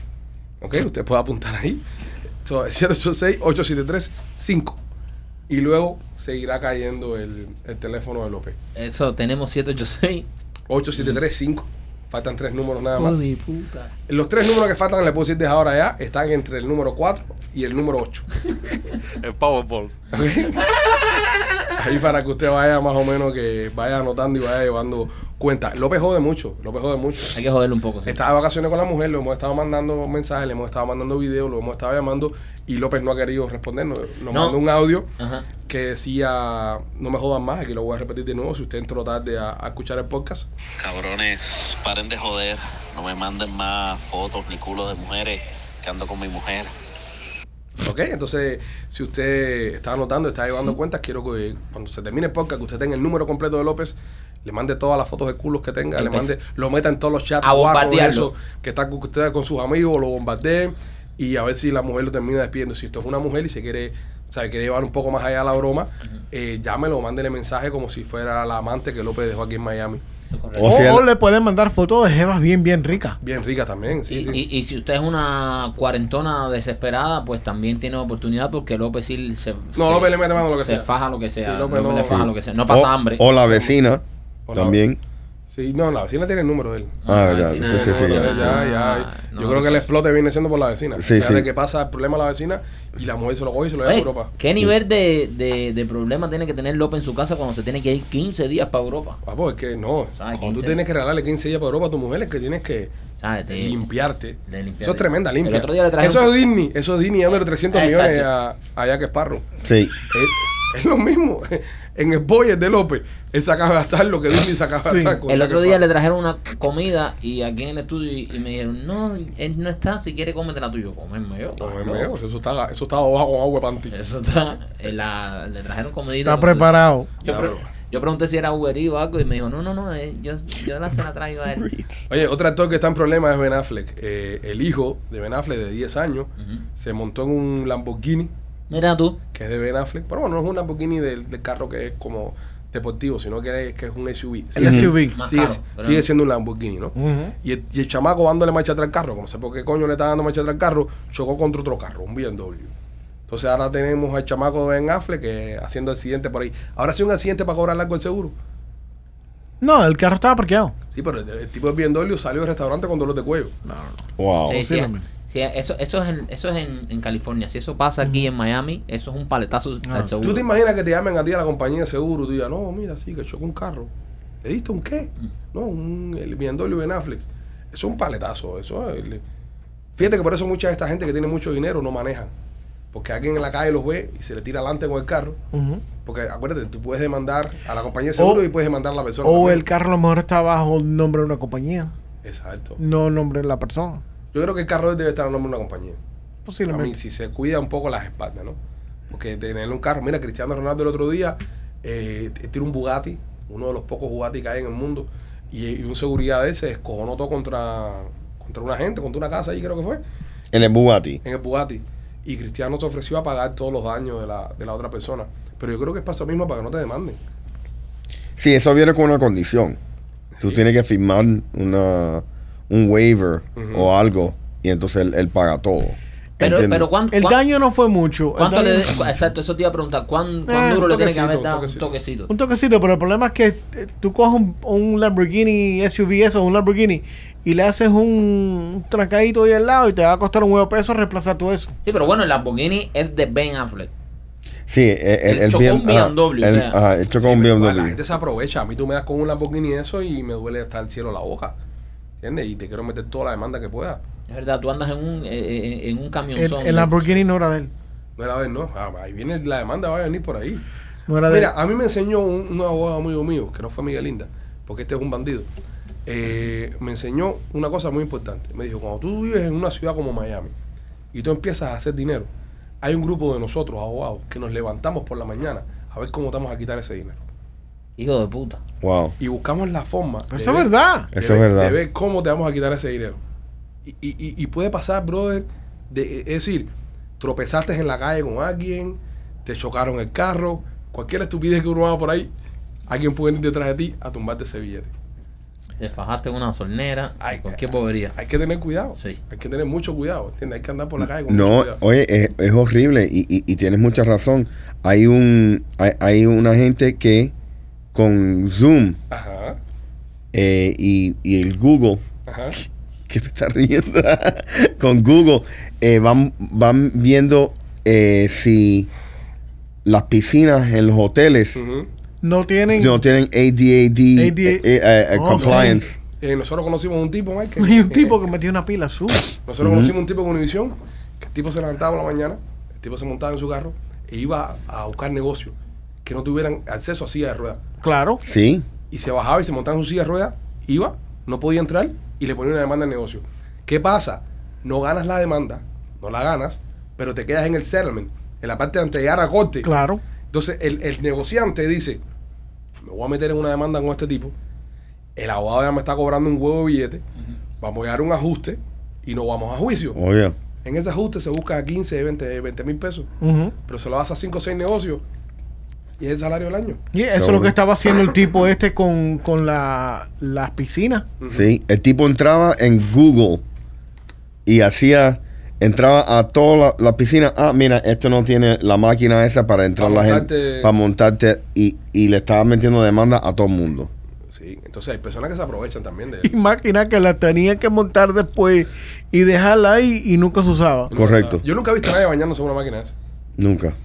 Speaker 1: ¿Ok? Usted puede apuntar ahí. So, 786-873-5. Y luego seguirá cayendo el, el teléfono de López.
Speaker 2: Eso, tenemos 786.
Speaker 1: 873-5. Faltan tres números nada más.
Speaker 3: Uy, puta.
Speaker 1: Los tres números que faltan, le puedo decir desde ahora ya, están entre el número 4 y el número 8.
Speaker 5: El Powerball.
Speaker 1: Ahí para que usted vaya más o menos que vaya anotando y vaya llevando cuenta. López jode mucho, López jode mucho.
Speaker 2: Hay que joderlo un poco. sí.
Speaker 1: Estaba de vacaciones con la mujer, le hemos estado mandando mensajes, le hemos estado mandando videos, lo hemos estado llamando y López no ha querido respondernos. Nos
Speaker 2: No.
Speaker 1: mandó un audio
Speaker 2: Ajá.
Speaker 1: que decía, no me jodan más, aquí lo voy a repetir de nuevo si usted entró tarde a, a escuchar el podcast.
Speaker 6: Cabrones, paren de joder. No me manden más fotos ni culo de mujeres que ando con mi mujer.
Speaker 1: Ok, entonces si usted está anotando, está llevando cuentas, quiero que cuando se termine el podcast, que usted tenga el número completo de López, le mande todas las fotos de culos que tenga, le
Speaker 2: Empecé-
Speaker 1: mande, lo meta en todos los chats,
Speaker 2: A
Speaker 1: guarros,
Speaker 2: bombardearlo.
Speaker 1: eso, que está con, usted con sus amigos, lo bombardeen y a ver si la mujer lo termina despidiendo. Si esto es una mujer y se quiere, sabe, quiere llevar un poco más allá la broma, eh, llámelo, mándele mensaje como si fuera la amante que López dejó aquí en Miami.
Speaker 2: Eso es correcto.
Speaker 4: O
Speaker 3: O,
Speaker 4: sea,
Speaker 3: o le pueden mandar fotos de jevas bien, bien ricas.
Speaker 1: Bien rica también, sí.
Speaker 2: Y,
Speaker 1: sí.
Speaker 2: y- y si usted es una cuarentona desesperada, pues también tiene oportunidad porque López sí se, se-
Speaker 1: López le mete mano a lo que
Speaker 2: se
Speaker 1: sea.
Speaker 2: faja lo que sea.
Speaker 1: Sí, López
Speaker 2: López,
Speaker 1: no-
Speaker 2: le faja
Speaker 1: Sí.
Speaker 2: lo que sea. No pasa
Speaker 4: o,
Speaker 2: hambre.
Speaker 4: O la vecina
Speaker 1: O la-
Speaker 4: también.
Speaker 1: Sí, no, la vecina tiene el número de él.
Speaker 4: Ah,
Speaker 2: Ah,
Speaker 4: verdad.
Speaker 2: sí,
Speaker 4: Sí,
Speaker 2: no,
Speaker 4: sí,
Speaker 2: no,
Speaker 4: sí.
Speaker 2: no,
Speaker 1: Ya,
Speaker 4: ya.
Speaker 1: ya, ya.
Speaker 2: no.
Speaker 1: Yo creo que el explote viene siendo por la vecina.
Speaker 4: Sí,
Speaker 1: Fíjate
Speaker 4: sí.
Speaker 1: que pasa el problema a la vecina y la mujer se lo coge y se lo lleva
Speaker 2: Oye,
Speaker 1: a Europa.
Speaker 2: ¿Qué nivel de, de, de problema tiene que tener López en su casa cuando se tiene que ir 15 días para Europa?
Speaker 1: Papo, Ah, pues, es que no.
Speaker 2: ¿Sabes?
Speaker 1: Cuando tú
Speaker 2: 15.
Speaker 1: tienes que regalarle 15 días para Europa a tu mujer, es que tienes que
Speaker 2: ¿Sabes? Te-
Speaker 1: limpiarte.
Speaker 2: de limpiarte.
Speaker 1: Eso es tremenda limpia.
Speaker 2: El otro día le traje
Speaker 1: eso
Speaker 2: un- Eh,
Speaker 1: es Disney. Eso es Disney dándole 300
Speaker 2: Exacto.
Speaker 1: millones a, a Jack Sparrow.
Speaker 4: Sí.
Speaker 1: Es, es lo mismo. En el Boyer de López, él se acaba de gastar lo que Disney se acaba de
Speaker 3: Sí.
Speaker 1: gastar. con
Speaker 2: El
Speaker 1: Jack
Speaker 2: otro día le
Speaker 1: Sparrow.
Speaker 2: trajeron una comida y aquí en el estudio y, y me dijeron, no, él no está, si quiere cómetela tú. Yo, cómeme yo.
Speaker 1: No, es
Speaker 2: loco".
Speaker 1: mío, Eso está, eso está abajo con agua panty.
Speaker 2: Eso está, en la, le trajeron comida.
Speaker 3: Está preparado.
Speaker 2: Yo, pre- yo pregunté si era Uber Eats o algo y me dijo, no, no, no, eh, yo, yo la se la traigo a él.
Speaker 1: Oye, otro actor que está en problemas es Ben Affleck. Eh, el hijo de Ben Affleck, de 10 años,
Speaker 2: Ujú.
Speaker 1: se montó en un Lamborghini,
Speaker 2: Mira tú,
Speaker 1: que es de Ben Affleck. Pero bueno, no es un Lamborghini del, del carro que es como deportivo, sino que es, que es un SUV.
Speaker 3: El
Speaker 1: Sigue-
Speaker 3: SUV.
Speaker 2: Más
Speaker 1: sigue,
Speaker 2: caro, pero
Speaker 1: sigue
Speaker 2: no.
Speaker 1: siendo un Lamborghini, ¿no?
Speaker 3: Ujú.
Speaker 1: Y el, y el chamaco dándole marcha atrás al carro, como sé por qué coño le está dando marcha atrás al carro, chocó contra otro carro, un BMW. Entonces ahora tenemos al chamaco de Ben Affleck que haciendo accidente por ahí. Ahora sí un accidente para cobrar algo el seguro.
Speaker 3: No, el carro estaba parqueado.
Speaker 1: Sí, pero el, el tipo de BMW salió del restaurante con dolor de cuello.
Speaker 3: Oh,
Speaker 4: Wow.
Speaker 2: sí, sí,
Speaker 3: posiblemente.
Speaker 2: sí, eso, eso es, en, eso es en, en California. Si eso pasa aquí en Miami, eso es un paletazo
Speaker 3: Ah,
Speaker 2: al
Speaker 3: sí.
Speaker 1: ¿Tú te
Speaker 2: seguro.
Speaker 1: imaginas que te llamen a ti a la compañía de seguro y tú digas, no, mira, sí, que chocó un carro? ¿Le diste un qué?
Speaker 3: Mm.
Speaker 1: No, un el BMW Ben Affleck. Eso es un paletazo. Eso es- le- Fíjate que por eso mucha de esta gente que tiene mucho dinero no manejan. Porque alguien en la calle los ve y se le tira adelante con el carro.
Speaker 3: Ujú.
Speaker 1: Porque acuérdate, tú puedes demandar a la compañía de seguro
Speaker 3: O-
Speaker 1: y puedes demandar a la persona.
Speaker 3: O
Speaker 1: también.
Speaker 3: el carro a lo mejor está bajo el nombre de una compañía,
Speaker 1: Exacto.
Speaker 3: no nombre de la persona.
Speaker 1: Yo creo que el carro debe estar a nombre de una compañía. A mí,
Speaker 3: Posiblemente.
Speaker 1: si se cuida un poco las espaldas, ¿no? Porque tener un carro, mira, Cristiano Ronaldo el otro día eh, t- tiene un Bugatti, uno de los pocos Bugatti que hay en el mundo, y, y un seguridad de él se descojonó todo contra, contra una gente, contra una casa ahí creo que fue,
Speaker 4: En el Bugatti.
Speaker 1: en el Bugatti. Y Cristiano se ofreció a pagar todos los daños de la, de la otra persona. Pero yo creo que es para eso mismo, para que no te demanden.
Speaker 4: Sí, eso viene con una condición. Tú tienes que firmar una, un waiver o algo y entonces él, él paga todo.
Speaker 2: Pero,
Speaker 4: ¿Entiendes?
Speaker 2: pero ¿cuán-
Speaker 3: El
Speaker 2: cuán-
Speaker 3: daño no fue mucho. el
Speaker 2: ¿cuánto
Speaker 3: daño-
Speaker 2: le de- cu- Exacto, eso te iba a preguntar. ¿Cuán, cuán
Speaker 3: Eh,
Speaker 2: duro
Speaker 1: un
Speaker 2: le tiene que
Speaker 1: toquecito,
Speaker 2: haber
Speaker 1: un
Speaker 2: dado un
Speaker 1: toquecito.
Speaker 2: toquecito?
Speaker 3: Un toquecito, pero el problema es que eh, tú coges un, un Lamborghini SUV, eso, un Lamborghini, y le haces un, trancadito ahí al lado y te va a costar un huevo de peso reemplazar todo eso.
Speaker 2: Sí, pero bueno, el Lamborghini es de Ben Affleck.
Speaker 4: sí, él, él,
Speaker 2: él chocó
Speaker 4: bien-
Speaker 2: un BMW,
Speaker 4: ajá,
Speaker 2: o
Speaker 4: él-
Speaker 2: sea.
Speaker 4: ajá, él chocó
Speaker 1: Sí,
Speaker 4: un
Speaker 1: pero
Speaker 4: BMW.
Speaker 1: igual, La gente se aprovecha. A mí tú me das con un Lamborghini y eso y me duele hasta el cielo la boca. ¿Entiendes? Y te quiero meter toda la demanda que pueda.
Speaker 2: Es verdad, tú andas en un, eh, eh, en un
Speaker 3: El,
Speaker 2: camionzón.
Speaker 3: el
Speaker 2: de-
Speaker 3: Lamborghini no era de él.
Speaker 1: No era ver, no. Ah, ahí viene la demanda, va a venir por ahí.
Speaker 3: No era de
Speaker 1: Mira,
Speaker 3: él.
Speaker 1: a mí me enseñó un, un abogado amigo mío, que no fue Miguelinda, porque este es un bandido. eh, me enseñó una cosa muy importante. Me dijo, cuando tú vives en una ciudad como Miami y tú empiezas a hacer dinero, hay un grupo de nosotros, abogados, que nos levantamos por la mañana a ver cómo estamos a quitar ese dinero.
Speaker 2: Hijo de puta.
Speaker 4: Wow.
Speaker 1: Y buscamos la forma.
Speaker 3: Pero
Speaker 1: de
Speaker 3: eso es
Speaker 1: ver-
Speaker 3: verdad.
Speaker 1: de
Speaker 4: Eso es
Speaker 1: ver-
Speaker 4: verdad.
Speaker 1: De ver cómo te vamos a quitar ese dinero. Y, y- y- y puede pasar, brother, de, es decir, tropezaste en la calle con alguien, te chocaron el carro, cualquier estupidez que uno haga por ahí, alguien puede ir detrás de ti a tumbarte ese billete.
Speaker 2: Te fajaste en una solnera.
Speaker 1: Ay,
Speaker 2: cualquier bobería.
Speaker 1: Hay que tener cuidado.
Speaker 2: Sí.
Speaker 1: Hay que tener mucho cuidado, ¿entiendes? Hay que andar por la calle con
Speaker 4: No,
Speaker 1: mucho cuidado.
Speaker 4: oye, es, es horrible y, y- y tienes mucha razón. Hay un hay, hay una gente que con Zoom
Speaker 1: Ajá,
Speaker 4: eh, y, y el Google,
Speaker 1: ajá.
Speaker 4: que me está riendo, con Google eh, van, van viendo eh, si las piscinas en los hoteles
Speaker 1: Ujú.
Speaker 3: No tienen.
Speaker 4: no tienen ADAD
Speaker 3: ADA.
Speaker 4: eh, eh, eh,
Speaker 3: Oh,
Speaker 4: compliance.
Speaker 1: Eh, nosotros conocimos un tipo, Mike.
Speaker 3: Hay un
Speaker 1: que-
Speaker 3: tipo que metió una pila azul.
Speaker 1: Nosotros conocimos un tipo con Univisión, que el tipo se levantaba por la mañana, el tipo se montaba en su carro e iba a buscar negocios que no tuvieran acceso a silla de ruedas.
Speaker 3: Claro.
Speaker 4: Sí,
Speaker 1: Y se bajaba y se montaba en su silla de ruedas, iba, no podía entrar y le ponía una demanda al negocio. ¿Qué pasa? No ganas la demanda, no la ganas, pero te quedas en el settlement, en la parte de antes de llegar a corte.
Speaker 3: Claro.
Speaker 1: Entonces el, el negociante dice, me voy a meter en una demanda con este tipo, el abogado ya me está cobrando un huevo de billete, vamos a dar un ajuste y nos vamos a juicio.
Speaker 4: obvio.
Speaker 1: En ese ajuste se busca 15, 20, 20 mil pesos,
Speaker 3: Ujú.
Speaker 1: pero se lo das a 5 o 6 negocios y es el salario del año.
Speaker 3: Y eso es
Speaker 4: Seguro.
Speaker 3: lo que estaba haciendo el tipo este con, con la, las piscinas.
Speaker 4: Sí, el tipo entraba en Google y hacía, entraba a toda la, la piscina. Ah, mira, esto no tiene la máquina esa para entrar
Speaker 1: Para
Speaker 4: la
Speaker 1: montarte-
Speaker 4: gente, para montarte y, y le estaba metiendo demanda a todo el mundo.
Speaker 1: Sí, entonces hay personas que se aprovechan también de
Speaker 3: Y
Speaker 1: él.
Speaker 3: máquinas que las tenía que montar después y dejarla ahí y nunca se usaba.
Speaker 4: Correcto.
Speaker 1: Yo nunca he visto a nadie bañándose en una máquina de esa.
Speaker 4: Nunca.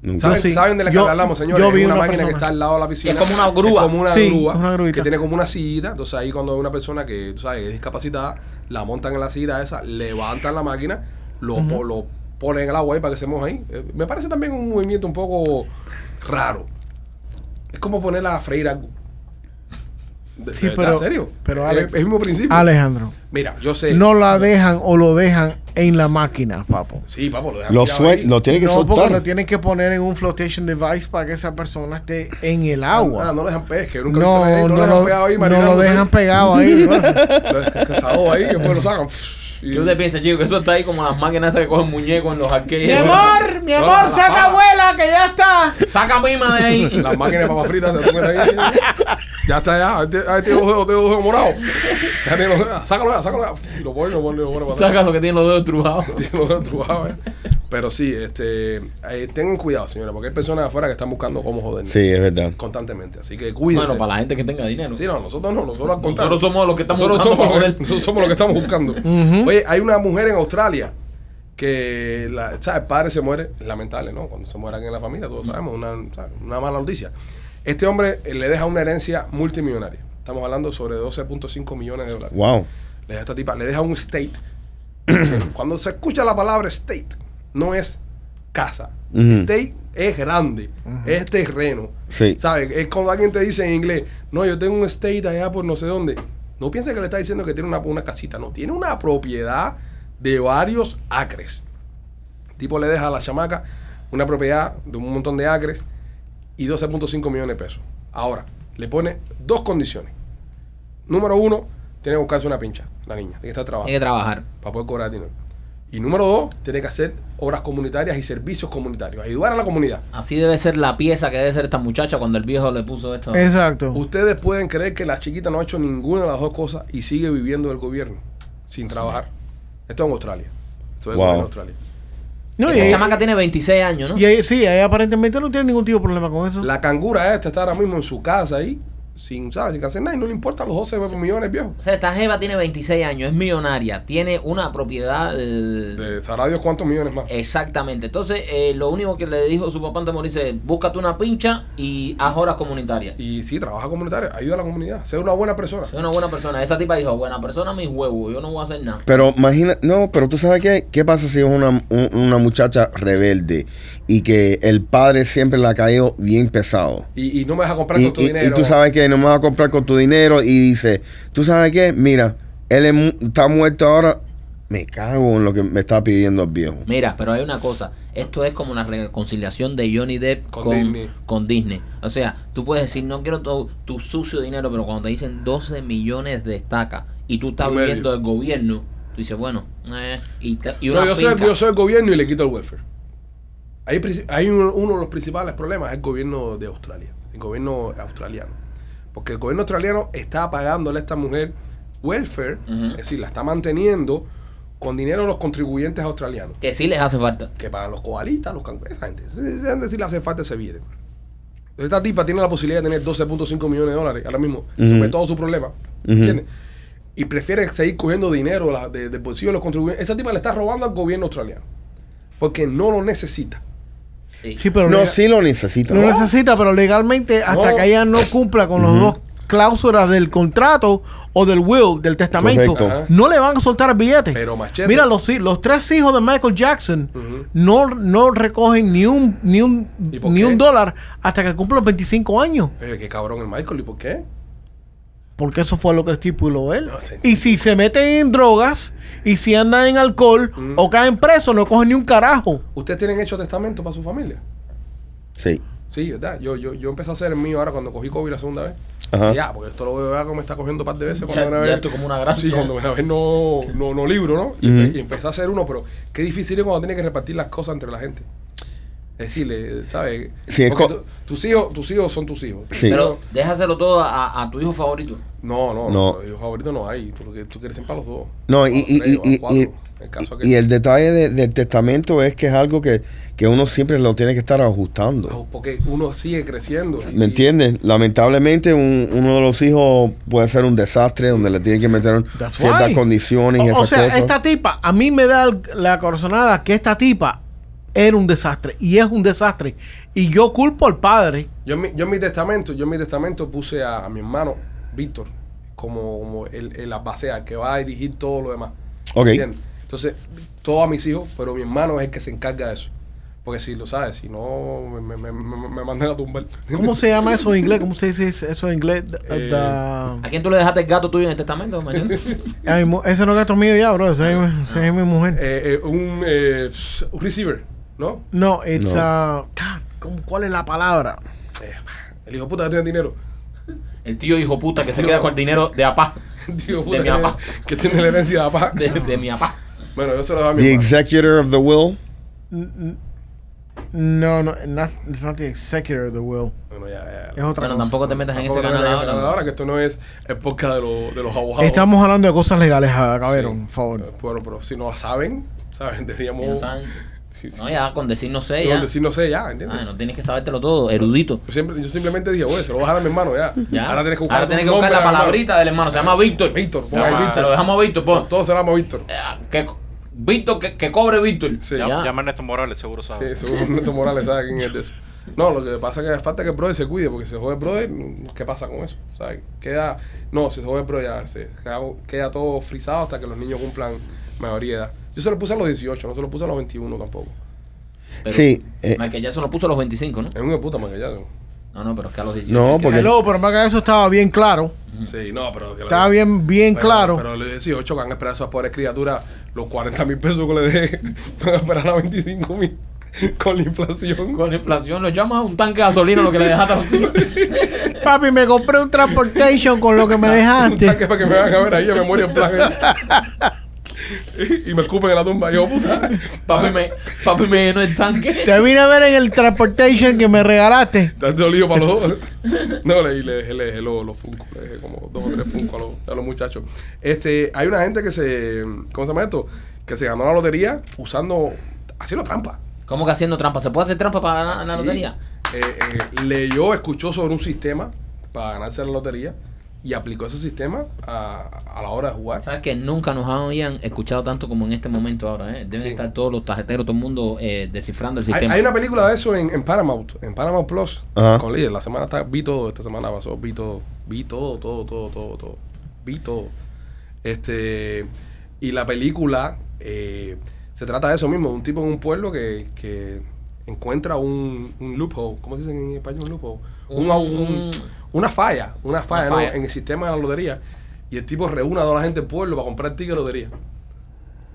Speaker 4: Nunca.
Speaker 1: ¿Saben,
Speaker 3: sí.
Speaker 1: saben de la que
Speaker 3: Yo-
Speaker 1: hablamos, señores?
Speaker 3: yo vi
Speaker 1: es una,
Speaker 3: una
Speaker 1: máquina que
Speaker 3: persona.
Speaker 1: está al lado de la piscina.
Speaker 2: Es como una grúa.
Speaker 1: Es como una
Speaker 3: Sí,
Speaker 1: grúa.
Speaker 3: una gruita.
Speaker 1: que tiene como una sillita. Entonces ahí cuando hay una persona que, tú sabes, es discapacitada, la montan en la silla esa, levantan la máquina, lo, po- lo ponen en el agua ahí para que se moje ahí. Eh, Me parece también un movimiento un poco raro. Es como ponerla a freír algo. De,
Speaker 3: Sí,
Speaker 1: de verdad,
Speaker 3: pero-
Speaker 1: serio?
Speaker 3: pero,
Speaker 1: Es-
Speaker 3: Alex-
Speaker 1: es el mismo principio.
Speaker 3: Alejandro,
Speaker 1: Mira, yo sé.
Speaker 3: no la dejan o lo dejan en la máquina, papo.
Speaker 1: Sí, papo, lo dejan
Speaker 4: Lo,
Speaker 1: tirado
Speaker 4: sue-
Speaker 1: ahí.
Speaker 4: lo tiene que
Speaker 3: no, porque lo
Speaker 4: soltar.
Speaker 3: tienen que poner en un flotation device para que esa persona esté en el
Speaker 1: Ah,
Speaker 3: agua.
Speaker 1: no lo dejan pe- es que nunca he visto a nadie-
Speaker 3: No, no
Speaker 1: lo dejan pegado ahí
Speaker 3: lo- no lo
Speaker 1: marinándose.
Speaker 3: dejan pegado ahí. bro.
Speaker 1: Entonces, se saló ahí, que después lo sacan.
Speaker 2: ¿Qué usted piensa, chico? Que eso está ahí como las máquinas esas que cogen muñecos en los arcades.
Speaker 3: Mi amor, mi amor, saca abuela que ya está.
Speaker 2: Saca mima de ahí.
Speaker 1: Las máquinas de papas fritas se ponen ahí. Ya está, ya. Ahí te- Ahí tiene los dedos, tiene los dedos morados. Ya tiene los dedos. Sácalo ya, sácalo ya. Y lo pone, lo pone, lo pone para atrás.
Speaker 2: Saca lo que tiene los dedos trujados.
Speaker 1: Tiene los dedos trujados, eh. Pero sí, este, eh, tengan cuidado, señora, porque hay personas afuera que están buscando cómo jodernos
Speaker 4: Sí, es verdad.
Speaker 1: constantemente. Así que cuídense.
Speaker 2: Bueno, para la gente que tenga dinero.
Speaker 1: Sí, no, nosotros no, nosotros al contrario.
Speaker 2: Nosotros somos los que estamos
Speaker 1: Nosotros
Speaker 2: buscando
Speaker 1: somos,
Speaker 2: para
Speaker 1: los
Speaker 2: joder.
Speaker 1: que, nosotros somos los que estamos buscando. Oye, hay una mujer en Australia que la, ¿sabes? el padre se muere, lamentable, ¿no? Cuando se muere alguien en la familia, todos sabemos, una, ¿sabes? una mala noticia. Este hombre eh, le deja una herencia multimillonaria. Estamos hablando sobre 12.5 millones de dólares.
Speaker 4: Wow.
Speaker 1: Le deja esta tipa, le deja un estate. Cuando se escucha la palabra estate, no es casa.
Speaker 4: Ujú.
Speaker 1: Estate es grande, es terreno.
Speaker 4: Sí.
Speaker 1: ¿Sabes? Es cuando alguien te dice en inglés, no, yo tengo un estate allá por no sé dónde. No piensa que le está diciendo que tiene una, una casita, no. Tiene una propiedad de varios acres. El tipo le deja a la chamaca una propiedad de un montón de acres y 12.5 millones de pesos. Ahora, le pone dos condiciones. Número uno, tiene que buscarse una pincha, la niña. Tiene que estar
Speaker 2: Tiene
Speaker 1: trabajando
Speaker 2: que trabajar.
Speaker 1: para poder cobrar dinero. Y número dos, tiene que hacer obras comunitarias y servicios comunitarios. Ayudar a la comunidad.
Speaker 2: Así debe ser la pieza que debe ser esta muchacha cuando el viejo le puso esto.
Speaker 3: Exacto.
Speaker 1: Ustedes pueden creer que la chiquita no ha hecho ninguna de las dos cosas y sigue viviendo del gobierno sin trabajar. Esto en Australia. Esto es
Speaker 4: Wow.
Speaker 1: gobierno de Australia.
Speaker 3: No, y,
Speaker 2: Esta
Speaker 3: ella-
Speaker 2: chamaca tiene 26 años, ¿no?
Speaker 3: y ella- sí, ella aparentemente no tiene ningún tipo de problema con eso.
Speaker 1: La cangura esta está ahora mismo en su casa ahí, sin, ¿sabes? sin hacer nada y no le importan los 12 millones viejos.
Speaker 2: O sea, esta jeva tiene 26 años, es millonaria, tiene una propiedad eh,
Speaker 1: De sabrá Dios cuántos millones más.
Speaker 2: Exactamente. Entonces, eh, lo único que le dijo su papá antes de morirse es, búscate una pincha y haz horas comunitarias.
Speaker 1: Y sí, trabaja comunitario, ayuda a la comunidad, sea una buena persona.
Speaker 2: Soy una buena persona. Esa tipa dijo, buena persona, mis huevos, yo no voy a hacer nada.
Speaker 4: Pero imagina, no, pero tú sabes qué, qué pasa si es una, un- una muchacha rebelde y que el padre siempre la ha caído bien pesado.
Speaker 1: Y, y no me deja comprar
Speaker 4: Y,
Speaker 1: con tu
Speaker 4: y- y
Speaker 1: dinero.
Speaker 4: tú sabes que que no me vas a comprar con tu dinero y dice, ¿tú sabes qué? Mira, él es mu- está muerto ahora. Me cago en lo que me está pidiendo el viejo.
Speaker 2: Mira, pero hay una cosa. Esto es como una reconciliación de Johnny Depp
Speaker 1: Con
Speaker 2: con,
Speaker 1: Disney.
Speaker 2: con Disney. O sea, tú puedes decir, no quiero tu, tu sucio dinero, pero cuando te dicen 12 millones de estacas y tú estás
Speaker 1: Y medio.
Speaker 2: viviendo del gobierno, tú dices, bueno, eh, y, te- y una
Speaker 1: No, yo, soy,
Speaker 2: finca.
Speaker 1: yo soy el gobierno y le quito el welfare. Hay, princi- hay uno, uno de los principales problemas es el gobierno de Australia, el gobierno australiano. Porque el gobierno australiano está pagándole a esta mujer welfare,
Speaker 2: Ujú.
Speaker 1: es decir, la está manteniendo con dinero de los contribuyentes australianos.
Speaker 2: Que sí les hace falta.
Speaker 1: que pagan los coalitas, los cangrejos, esa gente. Esa gente si le hace falta se viene. Esta tipa tiene la posibilidad de tener 12.5 millones de dólares ahora mismo, sobre todo su problema. ¿Entiendes? Y prefiere seguir cogiendo dinero la- de- del bolsillo de los contribuyentes. Esa tipa le está robando al gobierno australiano. Porque no lo necesita.
Speaker 2: Sí.
Speaker 3: Sí, pero
Speaker 4: No,
Speaker 3: lega-
Speaker 4: sí lo necesito.
Speaker 3: no necesita, pero legalmente hasta
Speaker 1: No.
Speaker 3: que ella no cumpla con los dos cláusulas del contrato o del will, del testamento,
Speaker 4: Correcto. Ajá.
Speaker 3: no le van a soltar el billete.
Speaker 1: Pero, Machete-
Speaker 3: Mira, los, hi- los tres hijos de Michael Jackson no, no recogen ni un, ni, un,
Speaker 1: ¿Y por
Speaker 3: ni
Speaker 1: qué?
Speaker 3: un dólar hasta que cumplan 25 años.
Speaker 1: Oye, qué cabrón el Michael, ¿y por qué?
Speaker 3: Porque eso fue lo que estipuló él.
Speaker 1: No, sí.
Speaker 3: Y si se meten en drogas, y si andan en alcohol o caen presos, no cogen ni un carajo.
Speaker 1: ¿Ustedes tienen hecho testamento para su familia?
Speaker 4: Sí.
Speaker 1: Sí, ¿verdad? Yo, yo, yo empecé a hacer el mío ahora cuando cogí COVID la segunda vez.
Speaker 4: Ajá.
Speaker 1: Ya, porque esto lo veo ya como está cogiendo un par de veces. Cuando
Speaker 2: Ya-
Speaker 1: una
Speaker 2: ya
Speaker 1: vez,
Speaker 2: esto como una gracia.
Speaker 1: Sí, cuando una vez no, no, no libro, ¿no? Y,
Speaker 4: Ujú.
Speaker 1: empe- y empecé a hacer uno, pero qué difícil es cuando tienes que repartir las cosas entre la gente. Es decirle, ¿sabes?
Speaker 4: Sí, es
Speaker 1: Porque
Speaker 4: co-
Speaker 1: tu- tus hijos, tus hijos son tus hijos.
Speaker 4: Sí.
Speaker 2: Pero déjaselo todo a, a tu hijo favorito.
Speaker 1: No, no,
Speaker 4: No.
Speaker 1: no. Hijos favoritos no hay, porque tú quieres siempre a los dos.
Speaker 4: No,
Speaker 1: A
Speaker 4: y,
Speaker 1: los
Speaker 4: y,
Speaker 1: tres,
Speaker 4: y,
Speaker 1: a
Speaker 4: y,
Speaker 1: los cuatro.
Speaker 4: y-
Speaker 1: el caso es
Speaker 4: y
Speaker 1: que
Speaker 4: el detalle de- del testamento es que es algo que, que uno siempre lo tiene que estar ajustando.
Speaker 1: porque uno sigue creciendo. Oh, y-
Speaker 4: ¿Me entiendes? Lamentablemente un- uno de los hijos puede ser un desastre donde le tienen que meter
Speaker 3: That's
Speaker 4: ciertas
Speaker 3: why.
Speaker 4: condiciones y
Speaker 3: O, o
Speaker 4: esas
Speaker 3: sea,
Speaker 4: cosas.
Speaker 3: esta tipa, a mí me da el- la corazonada que esta tipa era un desastre y es un desastre. Y yo culpo al padre.
Speaker 1: Yo en, mi, yo en mi testamento, yo en mi testamento puse a, a mi hermano Víctor como, como el, el albacea, que va a dirigir todo lo demás.
Speaker 4: Ok.
Speaker 1: ¿Entiendes? Entonces, todos a mis hijos, pero mi hermano es el que se encarga de eso. Porque si lo sabes, si no, me, me, me- me- me mandan a tumbar.
Speaker 3: ¿Cómo se llama eso en inglés? ¿Cómo se dice eso en inglés? The-
Speaker 1: Eh,
Speaker 2: ¿A
Speaker 3: the-
Speaker 2: quién tú le dejaste el gato tuyo en el testamento, Machete?
Speaker 3: Ay, mo- ese no es gato mío ya, bro. Ese es, mi- ese es mi mujer.
Speaker 1: Eh, eh, un, eh, un receiver, ¿no?
Speaker 3: no, it's
Speaker 4: no.
Speaker 3: a- God, ¿cómo- ¿Cuál es la palabra?
Speaker 1: Eh, el hijo puta que tiene dinero.
Speaker 2: El tío hijo puta que se queda con el dinero de apá.
Speaker 1: El hijo puta
Speaker 2: De mi
Speaker 1: que,
Speaker 2: papá.
Speaker 1: que tiene la herencia de papá.
Speaker 2: De, de mi apá.
Speaker 1: Bueno, yo se lo doy a mi
Speaker 4: The
Speaker 1: hermano.
Speaker 4: executor of the will.
Speaker 3: No, no, that's- it's not the executor of the will.
Speaker 1: Bueno, ya, ya.
Speaker 3: Es otra
Speaker 2: Bueno,
Speaker 3: cosa.
Speaker 2: tampoco te metas en ese
Speaker 1: Tampoco te
Speaker 2: canal
Speaker 1: metas en
Speaker 2: ahora.
Speaker 1: el ahora, que esto no es el podcast de, lo- de los abogados.
Speaker 3: Estamos hablando de cosas legales, ah, cabrón, por
Speaker 1: Eh,
Speaker 3: favor.
Speaker 1: Bueno, pero si no la saben, ¿saben? Deberíamos.
Speaker 2: Si no saben.
Speaker 1: Sí, sí.
Speaker 2: No, ya, con decir no sé,
Speaker 1: Yo
Speaker 2: ya.
Speaker 1: decir no sé ya, ¿entiendes?
Speaker 2: Ay, no tienes que sabértelo todo, erudito.
Speaker 1: yo, siempre, yo simplemente dije, oye, se lo voy a dejar a mi hermano ya.
Speaker 2: Ya.
Speaker 1: Ahora tienes que buscar,
Speaker 2: tienes
Speaker 1: un
Speaker 2: que
Speaker 1: nombre
Speaker 2: buscar la
Speaker 1: a mi hermano.
Speaker 2: palabrita del hermano. Se llama Víctor.
Speaker 1: Víctor, pon
Speaker 2: Ya,
Speaker 1: ahí
Speaker 2: ma,
Speaker 1: Víctor.
Speaker 2: Se lo dejamos a Víctor, pon.
Speaker 1: Todos se lo llamamos Víctor.
Speaker 2: Eh, que- Víctor, que, que cobre Víctor.
Speaker 1: Sí.
Speaker 2: Ya.
Speaker 5: Llama a Ernesto Morales, seguro
Speaker 1: Sí,
Speaker 5: sabe.
Speaker 1: seguro Neto Morales sabe quién es de eso. No, lo que pasa es que falta que el brother se cuide, porque si se jode el brother, ¿qué pasa con eso? ¿Sabes? Queda. No, si se jode el brother ya se, queda, queda todo frisado hasta que los niños cumplan mayoría de edad. Yo se lo puse a los 18, no se lo puse a los 21 tampoco.
Speaker 2: Pero
Speaker 4: sí. eh,
Speaker 2: Michael Jackson lo puso a los 25, ¿no?
Speaker 1: Es un hijo de puta maquillado.
Speaker 2: No, no, pero es que a los 18.
Speaker 4: no, porque...
Speaker 3: Hello, pero más que eso estaba bien claro.
Speaker 1: Sí, no, pero. que lo-
Speaker 3: Estaba bien, bien
Speaker 1: Pero-
Speaker 3: claro.
Speaker 1: Pero los 18 que van a esperar a esas pobres criaturas, los 40 mil pesos que le dejé, van a esperar a 25 mil con la inflación.
Speaker 2: Con la inflación lo llama un tanque de gasolina lo que le dejaste a los hijos.
Speaker 3: Papi, me compré un transportation con lo que me
Speaker 1: Un tanque
Speaker 3: dejaste.
Speaker 1: para que me van a ver ahí a memoria en plan. y, y me escupen en la tumba. Yo, puta.
Speaker 2: Papi me, papi me llenó el tanque.
Speaker 3: Te vine a ver en el transportation que me regalaste.
Speaker 1: Está dolido para los dos. No, le, le dejé, le dejé los, los funcos, le dejé como dos o tres funcos a los, a los muchachos. Este, hay una gente que se, ¿cómo se llama esto? Que se ganó la lotería usando, haciendo trampa.
Speaker 2: ¿Cómo que haciendo trampa? ¿Se puede hacer trampa para ganar ¿Ah, la
Speaker 1: Sí.
Speaker 2: lotería?
Speaker 1: Eh, eh, leyó, escuchó sobre un sistema para ganarse la lotería y aplicó ese sistema a, a la hora de jugar.
Speaker 2: Sabes que nunca nos habían escuchado tanto como en este momento ahora, ¿eh? Deben
Speaker 1: Sí.
Speaker 2: estar todos los tarjeteros, todo el mundo eh, descifrando el
Speaker 1: Hay,
Speaker 2: sistema.
Speaker 1: hay una película de eso en, en Paramount, en Paramount Plus,
Speaker 4: Ajá.
Speaker 1: con Líder. La semana está, vi todo, esta semana pasó, vi todo, vi todo, todo, todo, todo, todo, vi todo. Este, y la película eh, se trata de eso mismo, de un tipo en un pueblo que, que encuentra un, un loophole, ¿cómo se dice en español loophole? Un,
Speaker 2: Un-
Speaker 1: un, una falla, una falla, ¿no?
Speaker 2: Mm. falla.
Speaker 1: en el sistema de la lotería. Y el tipo reúne a toda la gente del pueblo para comprar ticket de lotería.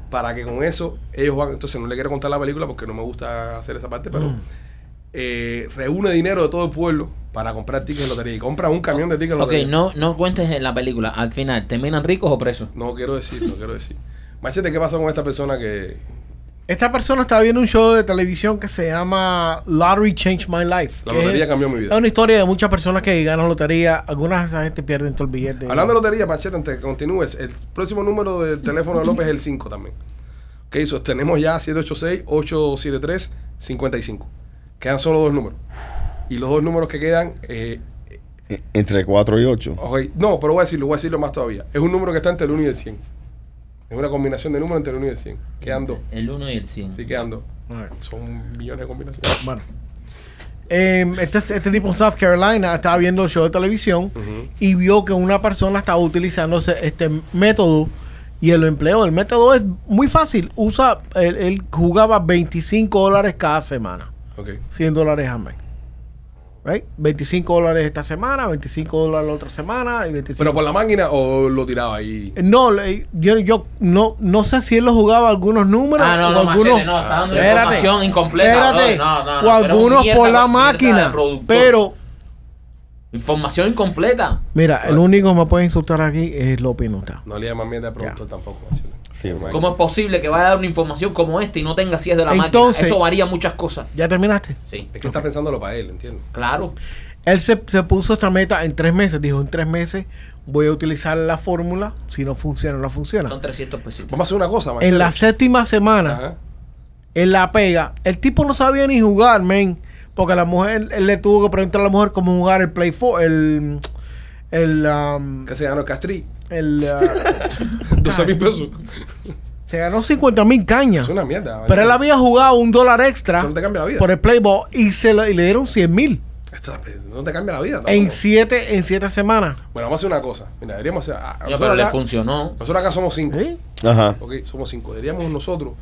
Speaker 1: Para que con eso ellos van. Entonces no le quiero contar la película porque no me gusta hacer esa parte, pero
Speaker 2: Mm.
Speaker 1: eh, reúne dinero de todo el pueblo para comprar tickets de lotería. Y compra un camión de tickets de
Speaker 2: Ok,
Speaker 1: lotería.
Speaker 2: no, no cuentes en la película. Al final, ¿terminan ricos o presos?
Speaker 1: No quiero decir, no quiero decir. Machete, ¿qué pasó con esta persona que.
Speaker 3: Esta persona estaba viendo un show de televisión que se llama Lottery Changed My Life.
Speaker 1: La
Speaker 3: que
Speaker 1: lotería
Speaker 3: es-
Speaker 1: cambió mi
Speaker 3: Es
Speaker 1: vida?
Speaker 3: una historia de muchas personas que ganan lotería. Algunas de esas gente pierden todo el billete.
Speaker 1: Hablando de lotería, Machete, antes que continúes, el próximo número del teléfono de López es el 5 también. Ok, sostenemos ya 786-873-55. Quedan solo dos números. Y los dos números que quedan, eh,
Speaker 4: E- Entre 4 y 8.
Speaker 1: ok, no, pero voy a decirlo, voy a decirlo más todavía. Es un número que está entre el 1 y el 100. Es una combinación de números entre el 1 y el 100. Quedan dos.
Speaker 2: El 1 y el 100.
Speaker 1: Sí, quedan dos.
Speaker 3: A ver.
Speaker 1: Son millones de combinaciones.
Speaker 3: Bueno. Eh, este, este tipo en South Carolina estaba viendo el show de televisión y vio que una persona estaba utilizando ese- este método y él lo empleó. El método es muy fácil. Usa, él, él jugaba 25 dólares cada semana.
Speaker 1: Ok.
Speaker 3: 100 dólares al mes. Right? 25 dólares esta semana, 25 dólares la otra semana y 25
Speaker 1: Pero por la máquina o lo tiraba ahí.
Speaker 3: No, le- yo, yo no, no sé si él lo jugaba algunos números
Speaker 2: Ah, no,
Speaker 3: o
Speaker 2: no,
Speaker 3: algunos.
Speaker 2: Machete, no, está dando
Speaker 3: Espérate,
Speaker 2: información incompleta.
Speaker 3: espérate,
Speaker 2: bro. No, no, no,
Speaker 3: o
Speaker 2: pero
Speaker 3: algunos
Speaker 2: mierda,
Speaker 3: por
Speaker 2: mierda
Speaker 3: la
Speaker 2: de
Speaker 3: máquina.
Speaker 2: productor.
Speaker 3: Pero,
Speaker 2: Información incompleta.
Speaker 3: mira, el único que me puede insultar aquí es López Nuta.
Speaker 1: No le llaman mierda al productor tampoco. Machete.
Speaker 4: Sí, bueno.
Speaker 2: ¿Cómo es posible que vaya a dar una información como esta y no tenga si es de la
Speaker 3: Entonces-
Speaker 2: máquina? Eso varía muchas cosas.
Speaker 3: ¿Ya terminaste?
Speaker 2: Sí,
Speaker 1: Es que está pensándolo para él, entiendo.
Speaker 2: claro.
Speaker 3: Él se, se puso esta meta en tres meses. Dijo, en tres meses voy a utilizar la fórmula. Si no funciona, no funciona.
Speaker 2: Son 300 pesitos.
Speaker 1: Vamos a hacer una cosa, Machete.
Speaker 3: En la séptima semana,
Speaker 1: Ajá.
Speaker 3: él la pega. El tipo no sabía ni jugar, men. Porque la mujer, él le tuvo que preguntar a la mujer cómo jugar el play for, el, el, um,
Speaker 1: Que se ganó el Castri.
Speaker 3: el, uh,
Speaker 1: 12 mil pesos.
Speaker 3: se ganó 50 mil cañas.
Speaker 1: pues, Es una mierda.
Speaker 3: Pero él había jugado un dólar extra
Speaker 1: Eso no te cambia la vida.
Speaker 3: por el Playboy y, se lo- y le dieron 100 mil
Speaker 1: Esto no te cambia la vida. tampoco.
Speaker 3: en siete, en siete semanas.
Speaker 1: Bueno, vamos a hacer una cosa. Mira, deberíamos hacer. ah,
Speaker 2: Yo,
Speaker 1: nosotros,
Speaker 2: pero le
Speaker 1: acá,
Speaker 2: funcionó.
Speaker 1: nosotros acá somos cinco.
Speaker 3: ¿Sí?
Speaker 4: Ajá.
Speaker 1: Ok, somos cinco. Deberíamos nosotros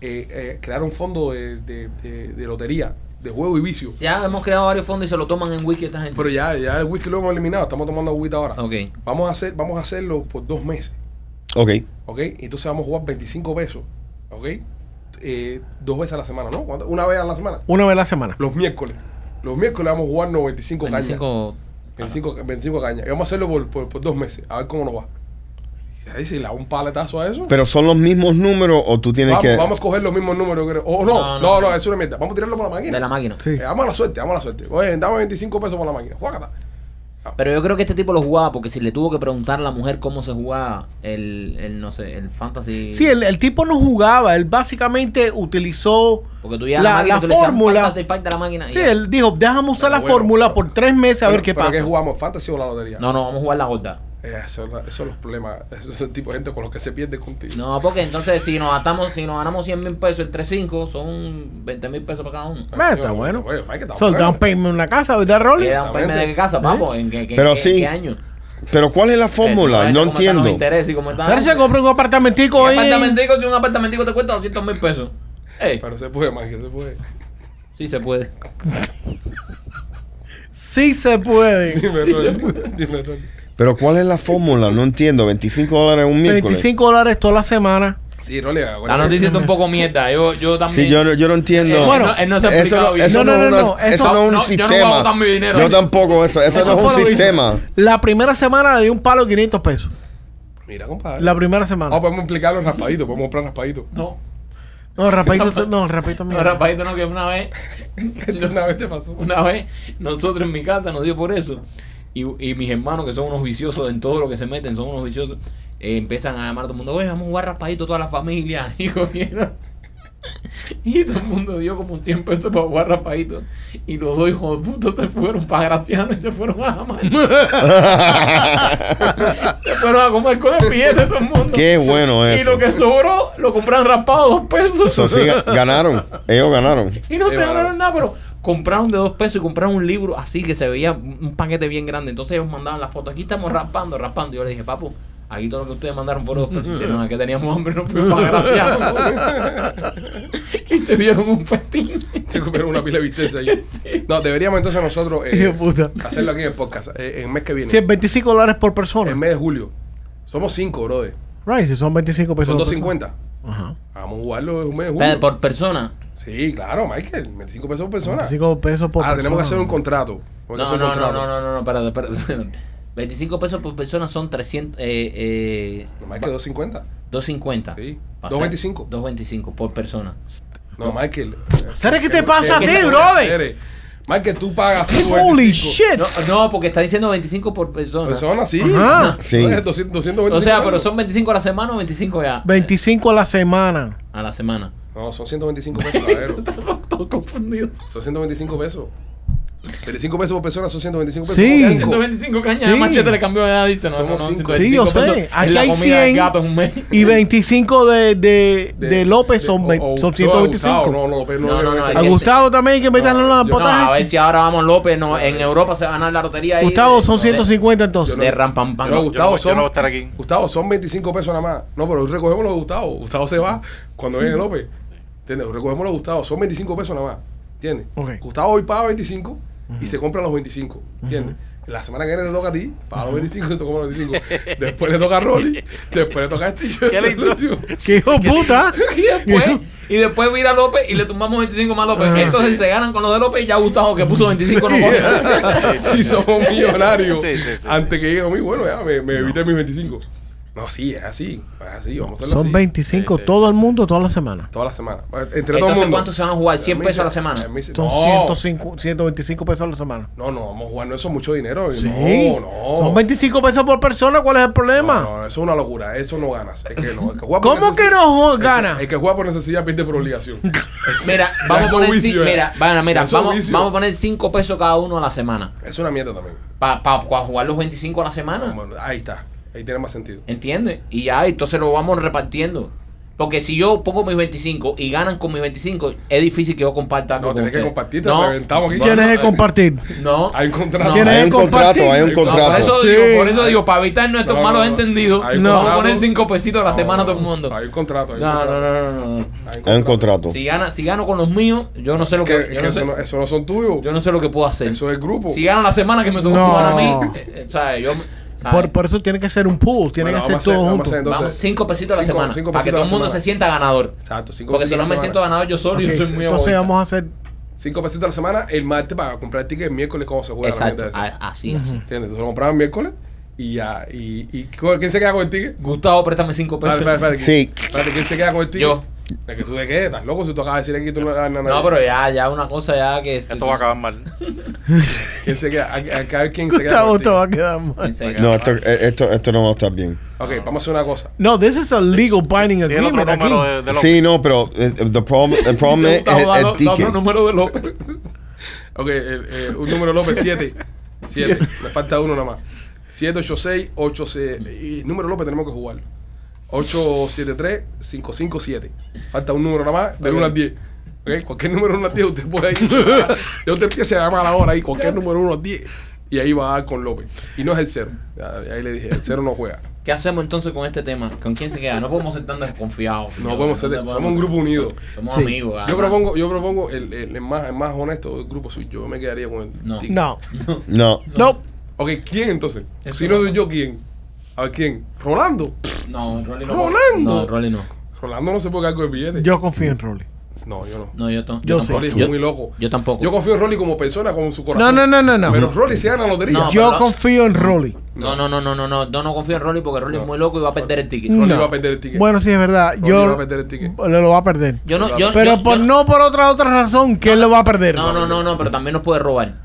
Speaker 1: eh, eh, crear un fondo de, de- de- de lotería, de juego y vicio.
Speaker 2: Ya hemos creado varios fondos y se lo toman en wiki esta gente.
Speaker 1: Pero ya, ya el whisky lo hemos eliminado. Estamos tomando agüita ahora.
Speaker 2: Ok.
Speaker 1: Vamos a hacer, vamos a hacerlo por dos meses.
Speaker 4: Ok.
Speaker 1: ¿Ok? Entonces vamos a jugar 25 pesos. ¿Ok? Eh, dos veces a la semana, ¿no? ¿Cuánto? Una vez a la semana.
Speaker 3: Una vez a la semana.
Speaker 1: Los miércoles. Los miércoles vamos a jugar 95 cañas.
Speaker 2: 25
Speaker 1: 25, 25 cañas. Y vamos a hacerlo por, por- por dos meses, a ver cómo nos va. Ahí se le da un paletazo a eso.
Speaker 4: Pero son los mismos números o tú tienes
Speaker 1: vamos,
Speaker 4: que.
Speaker 1: vamos a coger los mismos números, creo. O no, no,
Speaker 2: No,
Speaker 1: no,
Speaker 2: no,
Speaker 1: es una mierda. Vamos a tirarlo por la máquina.
Speaker 2: de la máquina.
Speaker 3: Sí.
Speaker 1: Eh, vamos a la suerte, vamos a la suerte. Oye, dame 25 pesos por la máquina. Juácata.
Speaker 2: Pero yo creo que este tipo lo jugaba porque si le tuvo que preguntar a la mujer cómo se jugaba el, el no sé, el fantasy.
Speaker 3: Sí, el, el tipo no jugaba. Él básicamente utilizó
Speaker 2: porque tú ya
Speaker 3: la,
Speaker 2: máquina,
Speaker 3: la
Speaker 2: tú le decías,
Speaker 3: fórmula.
Speaker 2: "Fantasy, falta la máquina", y
Speaker 3: Sí,
Speaker 2: ya.
Speaker 3: él dijo, déjame usar la
Speaker 1: Pero bueno,
Speaker 3: fórmula
Speaker 1: pero-
Speaker 3: por tres meses a ver qué
Speaker 1: pero
Speaker 3: pasa.
Speaker 1: ¿Qué jugamos? ¿Fantasy o la lotería?
Speaker 2: No, no, vamos a jugar la gorda.
Speaker 1: Eh, eso, eso son los problemas. Esos son el tipo de gente con los que se pierde contigo.
Speaker 2: No, porque entonces si nos atamos, si nos ganamos 100 mil pesos entre 5, son 20 mil pesos para cada uno.
Speaker 3: Ah, está bueno.
Speaker 1: Oye, Mike, está
Speaker 3: So,
Speaker 1: bueno.
Speaker 3: down payment en la casa, ¿verdad, Rolly?
Speaker 2: Queda un premio de qué casa, vamos, en qué, qué-
Speaker 4: Pero
Speaker 2: qué-
Speaker 4: sí.
Speaker 2: qué año.
Speaker 4: Pero ¿cuál es la fórmula?
Speaker 2: Eh,
Speaker 4: no
Speaker 2: cómo están los
Speaker 4: entiendo.
Speaker 2: intereses y cómo
Speaker 3: O
Speaker 2: están-
Speaker 3: sea, él se compra un apartamentico
Speaker 2: Un
Speaker 3: ahí.
Speaker 2: apartamentico, si un apartamentico te cuesta 200 mil pesos. Ey,
Speaker 1: Pero se puede, Mike, se puede.
Speaker 2: sí se puede.
Speaker 3: Sí se puede.
Speaker 1: Dime, Rolly. Dime, Rolly.
Speaker 4: Pero ¿cuál es la fórmula? No entiendo. 25 dólares un miércoles.
Speaker 3: 25 dólares toda la semana.
Speaker 1: Sí, Rolly.
Speaker 2: La noticia está un poco mierda. Yo, yo también.
Speaker 4: Sí, yo, no- yo no entiendo.
Speaker 2: Eh,
Speaker 3: Bueno,
Speaker 2: no, él no se ha
Speaker 4: eso
Speaker 2: explicado
Speaker 4: no,
Speaker 2: bien.
Speaker 4: eso no,
Speaker 3: No, no,
Speaker 4: es
Speaker 3: no,
Speaker 4: una-
Speaker 3: no,
Speaker 4: eso
Speaker 3: eso-
Speaker 4: no
Speaker 2: no,
Speaker 4: es un
Speaker 2: yo no voy a
Speaker 4: sistema.
Speaker 2: botar mi dinero.
Speaker 4: Yo tampoco, eso, eso, no
Speaker 3: fue
Speaker 4: es
Speaker 3: lo
Speaker 4: un
Speaker 3: que hizo.
Speaker 4: sistema.
Speaker 3: La primera semana le dio un palo de 500 pesos.
Speaker 1: este, Mira, compadre.
Speaker 3: La primera
Speaker 1: Ah,
Speaker 3: semana.
Speaker 1: podemos implicarlo en raspadito. Podemos comprar raspadito.
Speaker 2: No,
Speaker 3: No, rapidito, no, rapidito.
Speaker 2: no, Rafaelito, no, que una vez,
Speaker 1: Esto una vez te pasó.
Speaker 2: una vez, nosotros en mi casa nos dio por eso. Y, y mis hermanos, que son unos viciosos en todo lo que se meten, son unos viciosos, eh, empiezan a llamar a todo el mundo, oye, vamos a jugar raspadito toda la familia. Y cogieron. Y todo el mundo dio como 100 pesos para jugar raspadito. Y los dos hijos de puta se fueron para Graciano y se fueron a jamás. se fueron a comer con el billete todo el mundo.
Speaker 4: Qué bueno
Speaker 2: Y
Speaker 4: eso.
Speaker 2: lo que sobró lo compraron raspado dos pesos.
Speaker 4: Eso sí, ganaron. Ellos ganaron.
Speaker 2: Y no se
Speaker 1: Qué barato.
Speaker 2: ganaron nada, pero compraron de dos pesos y compraron un libro así que se veía un un paquete bien grande. Entonces ellos mandaban la foto. Aquí estamos raspando, raspando. Y yo le dije, papu, Aquí todo lo que ustedes mandaron fueron dos pesos. Dijeron, "Ah, que teníamos hambre, no fuimos para graciar. y se dieron un festín.
Speaker 1: Se comieron una pila de bisteces ahí. No, deberíamos entonces nosotros eh,
Speaker 3: Hijo de puta.
Speaker 1: hacerlo aquí en el podcast, eh, en el mes que viene.
Speaker 3: Si es 25 dólares por persona.
Speaker 1: El mes de julio. Somos cinco, brother.
Speaker 3: Right, si son 25 pesos.
Speaker 1: Son
Speaker 3: por
Speaker 1: 250.
Speaker 3: persona. Ajá.
Speaker 1: Vamos a jugarlo en un mes de
Speaker 2: Pero
Speaker 1: julio.
Speaker 2: Por persona.
Speaker 1: Sí, claro, Michael. 25 pesos por persona.
Speaker 3: 25 pesos por
Speaker 1: ah, tenemos que hacer
Speaker 3: persona.
Speaker 1: un contrato. Tenemos que
Speaker 2: No,
Speaker 1: hacer
Speaker 2: no,
Speaker 1: un
Speaker 2: no, no,
Speaker 1: contrato.
Speaker 2: no, no, no, espérate, espérate, espérate. 25 pesos por persona son 300, eh, eh,
Speaker 1: No, Michael, 250.
Speaker 2: 250.
Speaker 1: Sí.
Speaker 2: Pasar.
Speaker 1: 2.25.
Speaker 2: 2.25 por persona.
Speaker 1: No, Michael.
Speaker 3: ¿Sabes qué te pasa a ti,
Speaker 1: ¿Qué te
Speaker 3: brother?
Speaker 1: eres? Michael, tú pagas. tú
Speaker 3: Holy
Speaker 1: 25.
Speaker 3: shit.
Speaker 2: No, no, porque está diciendo 25 por persona.
Speaker 1: Persona, sí.
Speaker 3: Ajá.
Speaker 4: Sí.
Speaker 1: No, es 200, 225
Speaker 2: O sea, pero
Speaker 1: pesos.
Speaker 2: son 25 a la semana o 25 ya
Speaker 3: 25 a la semana.
Speaker 2: a la semana.
Speaker 1: No, son 125 pesos, ladero.
Speaker 2: Todo confundido.
Speaker 1: Son 125 pesos. 35 pesos por persona son 125 pesos.
Speaker 3: Sí.
Speaker 1: Somos cinco.
Speaker 2: 125 cañas
Speaker 3: Sí.
Speaker 2: de machete le cambió ya dice, no, no,
Speaker 1: Somos
Speaker 2: no,
Speaker 1: cinco.
Speaker 2: 125
Speaker 3: Sí, yo sé.
Speaker 2: pesos es
Speaker 3: Aquí
Speaker 2: la
Speaker 3: hay
Speaker 2: comida del
Speaker 3: 100.
Speaker 2: gato en un mes.
Speaker 3: Y 25 de, de, de, López son,
Speaker 1: o-
Speaker 3: vein-
Speaker 1: o-
Speaker 3: son
Speaker 1: no,
Speaker 3: 125.
Speaker 1: Gustavo, No, no, López no. no,
Speaker 2: No, no, no,
Speaker 3: A
Speaker 2: hay que-
Speaker 3: Gustavo también hay que meterle en los
Speaker 1: yo-
Speaker 2: No,
Speaker 3: potajes.
Speaker 2: a ver si ahora vamos López, no, en Europa se va a ganar la lotería ahí.
Speaker 3: Gustavo, son
Speaker 2: De-
Speaker 3: 150 entonces.
Speaker 1: Yo
Speaker 2: De ram
Speaker 1: Pero
Speaker 2: pam pam.
Speaker 5: Yo no
Speaker 1: Gustavo,
Speaker 5: voy- yo
Speaker 1: son,
Speaker 5: no voy a estar aquí.
Speaker 1: Gustavo, son 25 pesos nada más. No, pero recogemos los de Gustavo. Gustavo se va cuando viene López. ¿Entiendes? Recogemos los de Gustavo. Son 25 pesos nada más. ¿Entiendes?
Speaker 3: Ok.
Speaker 1: Gustavo hoy paga 25 y se compra los 25. ¿Entiendes? La semana que viene te toca a ti, paga los 25 y te compra los 25. Después le toca a Rolly, después le toca a este y yo.
Speaker 5: Qué lindo.
Speaker 3: ¡Qué hijo de puta!
Speaker 2: Y después, y después vira a López y le tumbamos 25 más a López. Entonces se ganan con los de López y ya Gustavo que puso 25 no vota.
Speaker 1: si somos millonarios
Speaker 5: Sí, sí, sí,
Speaker 1: antes que llegue a mí, bueno, ya me, me evité mis 25. No, sí, es así, es así, vamos a hacerlo
Speaker 3: Son
Speaker 1: así.
Speaker 3: 25
Speaker 5: Sí, sí.
Speaker 3: todo el mundo, toda la semana.
Speaker 1: Toda la semana. Entre todo el
Speaker 2: Entonces,
Speaker 1: mundo.
Speaker 2: ¿cuántos se van a jugar? 100
Speaker 1: mí
Speaker 2: pesos
Speaker 1: se-
Speaker 2: a la semana.
Speaker 1: mí se-
Speaker 3: Son
Speaker 1: no,
Speaker 3: 105 125 pesos a la semana.
Speaker 1: No, no, vamos a jugar, no, eso es mucho dinero.
Speaker 3: Sí.
Speaker 1: No, no.
Speaker 3: Son 25 pesos por persona, ¿cuál es el problema?
Speaker 1: No, no, eso es una locura, eso no ganas. Es que no, el que juega por
Speaker 3: ¿Cómo que
Speaker 1: necesidad-
Speaker 3: no jo-
Speaker 1: el que-
Speaker 3: gana?
Speaker 1: El que juega por necesidad pierde por obligación. Eso-
Speaker 2: Mira,
Speaker 1: ya
Speaker 2: vamos a
Speaker 1: eso es
Speaker 2: poner,
Speaker 1: vicio,
Speaker 2: ci-
Speaker 1: ya.
Speaker 2: mira, mira, mira,
Speaker 1: Ya eso es
Speaker 2: vamos,
Speaker 1: vicio.
Speaker 2: vamos a poner 5 pesos cada uno a la semana.
Speaker 1: Es una mierda también.
Speaker 2: Para jugar los 25 a la semana.
Speaker 1: Bueno, Ahí está, ahí tiene más sentido.
Speaker 2: ¿Entiendes? Y ya, entonces lo vamos repartiendo. Porque si yo pongo mis 25 y ganan con mis 25, es difícil que yo comparta
Speaker 1: No,
Speaker 2: algo con
Speaker 1: tenés que
Speaker 2: ustedes.
Speaker 1: compartir, te
Speaker 2: No,
Speaker 1: reventamos aquí.
Speaker 3: Tienes que compartir.
Speaker 2: no.
Speaker 1: Hay un contrato.
Speaker 2: No.
Speaker 3: Tienes
Speaker 4: Hay
Speaker 3: que
Speaker 4: un contrato,
Speaker 3: compartir.
Speaker 4: hay un
Speaker 2: No, por eso
Speaker 4: contrato.
Speaker 3: Sí.
Speaker 2: digo, por eso digo, para evitar nuestros
Speaker 1: No, no,
Speaker 2: malos
Speaker 1: no.
Speaker 2: entendidos,
Speaker 1: Hay
Speaker 3: un
Speaker 2: vamos a
Speaker 1: contrato.
Speaker 2: poner 5 pesitos a la
Speaker 1: No,
Speaker 2: semana a todo el
Speaker 1: no,
Speaker 2: mundo.
Speaker 1: Hay un contrato. Hay un
Speaker 2: No, no,
Speaker 1: contrato.
Speaker 2: no, no, no.
Speaker 4: Hay un contrato.
Speaker 2: Si, gana, si gano con los míos, yo no sé lo que,
Speaker 1: Que,
Speaker 2: yo,
Speaker 1: que
Speaker 2: no
Speaker 1: eso,
Speaker 2: sé,
Speaker 1: no, eso no son tuyos.
Speaker 2: yo no sé lo que puedo hacer.
Speaker 1: Eso es grupo.
Speaker 2: Si gano la semana que me tocó
Speaker 3: No.
Speaker 2: jugar a mí, eh, eh, ¿sabes? Yo, ¿sabes?
Speaker 3: Por, por eso tiene que ser un pool, tiene
Speaker 1: Bueno,
Speaker 3: que ser
Speaker 1: vamos a hacer-
Speaker 3: todo
Speaker 1: vamos a
Speaker 3: junto.
Speaker 1: hacer entonces-
Speaker 2: Vamos, 5 pesitos a la
Speaker 1: cinco-
Speaker 2: semana.
Speaker 1: cinco
Speaker 2: para que
Speaker 1: pesitos a la
Speaker 2: todo el mundo
Speaker 1: semana.
Speaker 2: se sienta ganador.
Speaker 1: Exacto, cinco
Speaker 2: Porque si
Speaker 1: pesitos a la
Speaker 2: no me
Speaker 1: semana.
Speaker 2: siento ganador yo solo,
Speaker 3: Ok,
Speaker 2: yo soy muy
Speaker 3: entonces
Speaker 2: egoísta.
Speaker 3: vamos a hacer
Speaker 1: Cinco pesitos a la semana, el martes para comprar el ticket el miércoles cuando se juega
Speaker 2: Exacto,
Speaker 1: la mierda esa.
Speaker 2: a- así, así.
Speaker 1: ¿Entiendes? Entonces lo compraban el miércoles y ya. Y, y, ¿Quién se queda con el ticket?
Speaker 2: Gustavo, préstame 5
Speaker 1: Espérate,
Speaker 2: pesos.
Speaker 1: espérate, espérate.
Speaker 4: Sí.
Speaker 1: Espérate, ¿quién se queda con el ticket?
Speaker 2: Pues Yo.
Speaker 1: ¿De que tú de qué? ¿Estás loco si tú acabas de decir aquí tú no le das nada a nadie?
Speaker 2: No, pero ya, ya una cosa ya que... este-
Speaker 5: Esto va a acabar mal.
Speaker 1: ¿Quién se queda? Hay- hay que ver quién se queda
Speaker 3: Gustavo
Speaker 1: con el
Speaker 3: te va
Speaker 1: ticket.
Speaker 3: a quedar mal.
Speaker 2: Enseguida.
Speaker 4: No, esto, eh, esto, esto no va a estar bien.
Speaker 1: Ok, vamos a hacer una cosa.
Speaker 3: No, this is a legal binding
Speaker 5: Tiene el otro
Speaker 3: agreement aquí.
Speaker 5: número de, de los-
Speaker 4: Sí, no, pero eh, the problem, the problem
Speaker 2: Dice
Speaker 4: es
Speaker 2: Gustavo,
Speaker 4: el,
Speaker 2: da-
Speaker 4: el
Speaker 2: da otro
Speaker 4: ticket.
Speaker 2: número de López.
Speaker 1: Ok, el, eh, un número López 7. 7. Me falta uno nada más. 786 86 y número López tenemos que jugarlo. 873 557. Falta un número nada más del
Speaker 2: Ok.
Speaker 1: 1 al 10. Ok, cualquier número 1 al 10 usted puede ir. Yo te empiezo a llamar ahora ahí, cualquier número 1 al 10 y ahí va a dar con López. Y no es el 0. Ahí le dije, el 0 no juega.
Speaker 2: ¿Qué hacemos entonces con este tema? ¿Con quién se queda? No podemos ser tan desconfiados.
Speaker 1: No
Speaker 2: señor.
Speaker 1: podemos ser,
Speaker 2: podemos-
Speaker 1: somos un grupo unido.
Speaker 2: Somos
Speaker 3: Sí.
Speaker 2: amigos. ah, además.
Speaker 1: Yo propongo, yo propongo el, el- el más, el más honesto del grupo suyo. Yo me quedaría con el
Speaker 2: No.
Speaker 1: ticket.
Speaker 3: No,
Speaker 4: No.
Speaker 3: no.
Speaker 1: Ok, ¿quién entonces?
Speaker 2: Eso
Speaker 1: si no
Speaker 2: no.
Speaker 1: soy yo, ¿quién? A ver, ¿quién? Rolando.
Speaker 2: No, Rolly no.
Speaker 1: Rolando.
Speaker 2: No, Rolly no.
Speaker 1: Rolando no se puede quedar con el billete.
Speaker 3: Yo confío en Rolly.
Speaker 1: No, yo no.
Speaker 2: No, yo, to-
Speaker 3: Yo sí.
Speaker 2: tampoco.
Speaker 1: Rolly es
Speaker 2: Yo-
Speaker 1: muy loco.
Speaker 2: yo tampoco.
Speaker 1: Yo confío en Rolly como persona, con su
Speaker 3: No,
Speaker 1: corazón.
Speaker 3: no, no, no,
Speaker 1: Pero
Speaker 3: no.
Speaker 1: Rolly se gana la lotería.
Speaker 2: No,
Speaker 3: Yo
Speaker 2: pero-
Speaker 3: confío en Rolly.
Speaker 2: No, no, no, no, no, no. Yo no confío en Rolly porque Rolly es muy loco y va a perder el ticket.
Speaker 1: Rolly
Speaker 3: no.
Speaker 1: va a perder el ticket.
Speaker 3: Bueno, sí, es verdad.
Speaker 1: Rolly
Speaker 3: Yo
Speaker 1: va a perder el ticket.
Speaker 3: lo, lo va a perder.
Speaker 2: Yo no, yo,
Speaker 3: Pero
Speaker 2: yo-
Speaker 3: por
Speaker 2: yo-
Speaker 3: no por otra otra razón, que él lo va a perder.
Speaker 2: No, no, no, no, pero también nos puede robar.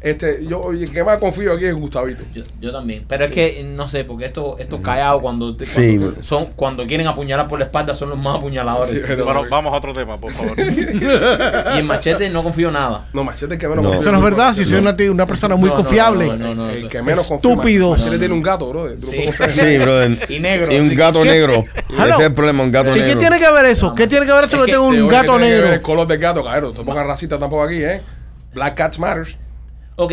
Speaker 1: Este, yo, oye, el que más confío aquí es Gustavito.
Speaker 2: Yo, yo también. Pero es que no sé, porque estos estos callados cuando, te-
Speaker 4: Sí,
Speaker 2: cuando
Speaker 4: bro.
Speaker 2: son, cuando quieren apuñalar por la espalda son los más apuñaladores.
Speaker 1: Sí, es
Speaker 5: Bueno, vamos a otro tema, por favor.
Speaker 2: Y en Machete no confío nada.
Speaker 1: No, Machete es el que menos
Speaker 4: No.
Speaker 1: confío.
Speaker 3: Eso no es verdad. Si soy una, ti- una persona muy
Speaker 2: No, no, no,
Speaker 3: confiable.
Speaker 2: no, no, no,
Speaker 1: El
Speaker 2: no.
Speaker 1: que menos
Speaker 3: Estúpidos.
Speaker 1: confío. Machete tiene un gato, bro. Tú no
Speaker 2: Sí.
Speaker 1: puedes confiar en
Speaker 4: Sí,
Speaker 1: él.
Speaker 4: brother.
Speaker 2: Y negro.
Speaker 4: Y un
Speaker 2: Sí.
Speaker 4: gato
Speaker 3: ¿Qué?
Speaker 4: negro.
Speaker 3: Hello.
Speaker 4: Ese es el problema, un gato
Speaker 3: ¿Y qué
Speaker 4: negro.
Speaker 3: tiene que ver eso? ¿Qué tiene que ver eso
Speaker 2: Es
Speaker 3: que
Speaker 2: que
Speaker 3: tengo
Speaker 1: Sí,
Speaker 3: un
Speaker 1: oye,
Speaker 3: gato
Speaker 1: tiene que ver
Speaker 3: negro?
Speaker 1: El color del gato, cabrón. No pongas racista tampoco aquí, ¿eh? Black Cats Matters.
Speaker 2: Ok,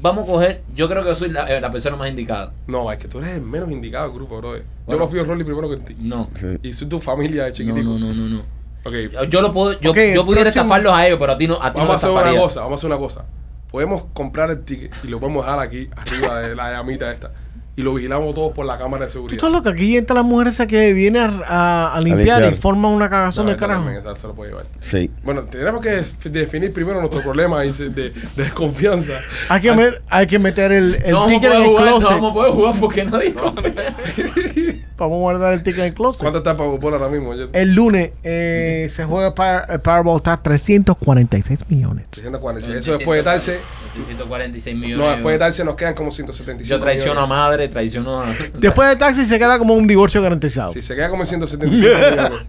Speaker 2: vamos a coger. Yo creo que yo soy la, eh, la persona más indicada.
Speaker 1: No, es que tú eres el menos indicado del grupo, bro. Yo
Speaker 2: Bueno.
Speaker 1: confío en Rolly primero que en ti.
Speaker 2: No.
Speaker 4: Sí.
Speaker 1: Y soy tu familia de
Speaker 2: No,
Speaker 1: chiquitico.
Speaker 2: no, no, no, no.
Speaker 1: Ok,
Speaker 2: Yo- Yo lo puedo, yo,
Speaker 3: Ok,
Speaker 2: yo
Speaker 3: el
Speaker 2: pudiera
Speaker 3: próximo-
Speaker 2: estafarlos a ellos, pero a ti no, a ti
Speaker 1: Vamos a
Speaker 2: no lo
Speaker 1: hacer una
Speaker 2: estafaría.
Speaker 1: cosa, vamos a hacer una cosa. Podemos comprar el ticket y lo podemos dejar aquí, arriba de la llamita esta. Y lo vigilamos todos por la cámara de
Speaker 3: Tú
Speaker 1: seguridad.
Speaker 3: estás loco, aquí entran las mujeres esas que vienen a, a- a limpiar,
Speaker 4: limpiar.
Speaker 3: y forman una
Speaker 1: No,
Speaker 3: cagazón de
Speaker 1: esta
Speaker 3: carajo.
Speaker 1: también, esa se lo puede llevar.
Speaker 4: Sí.
Speaker 1: Bueno, tenemos que def- definir primero nuestro problema y se- de, de desconfianza.
Speaker 3: Hay que, met- hay que meter el, el
Speaker 2: no vamos a
Speaker 3: ticket
Speaker 2: poder
Speaker 3: en el
Speaker 2: jugar, no
Speaker 3: closet.
Speaker 2: vamos a poder jugar porque nadie confía.
Speaker 3: Vamos a guardar el ticket en el closet.
Speaker 1: ¿Cuánto está para Ball ahora mismo? Yo-
Speaker 3: El lunes eh, se juega el Power- el Powerball, está 346 millones.
Speaker 1: 340. Eso después de darse,
Speaker 2: 146 millones.
Speaker 1: no, después de
Speaker 2: de euros.
Speaker 1: darse nos quedan como 175.
Speaker 2: Yo traiciono a
Speaker 1: millones.
Speaker 2: madre, traiciono a.
Speaker 3: Después de taxi se queda como un divorcio garantizado.
Speaker 1: Sí, se queda como en 175 millones.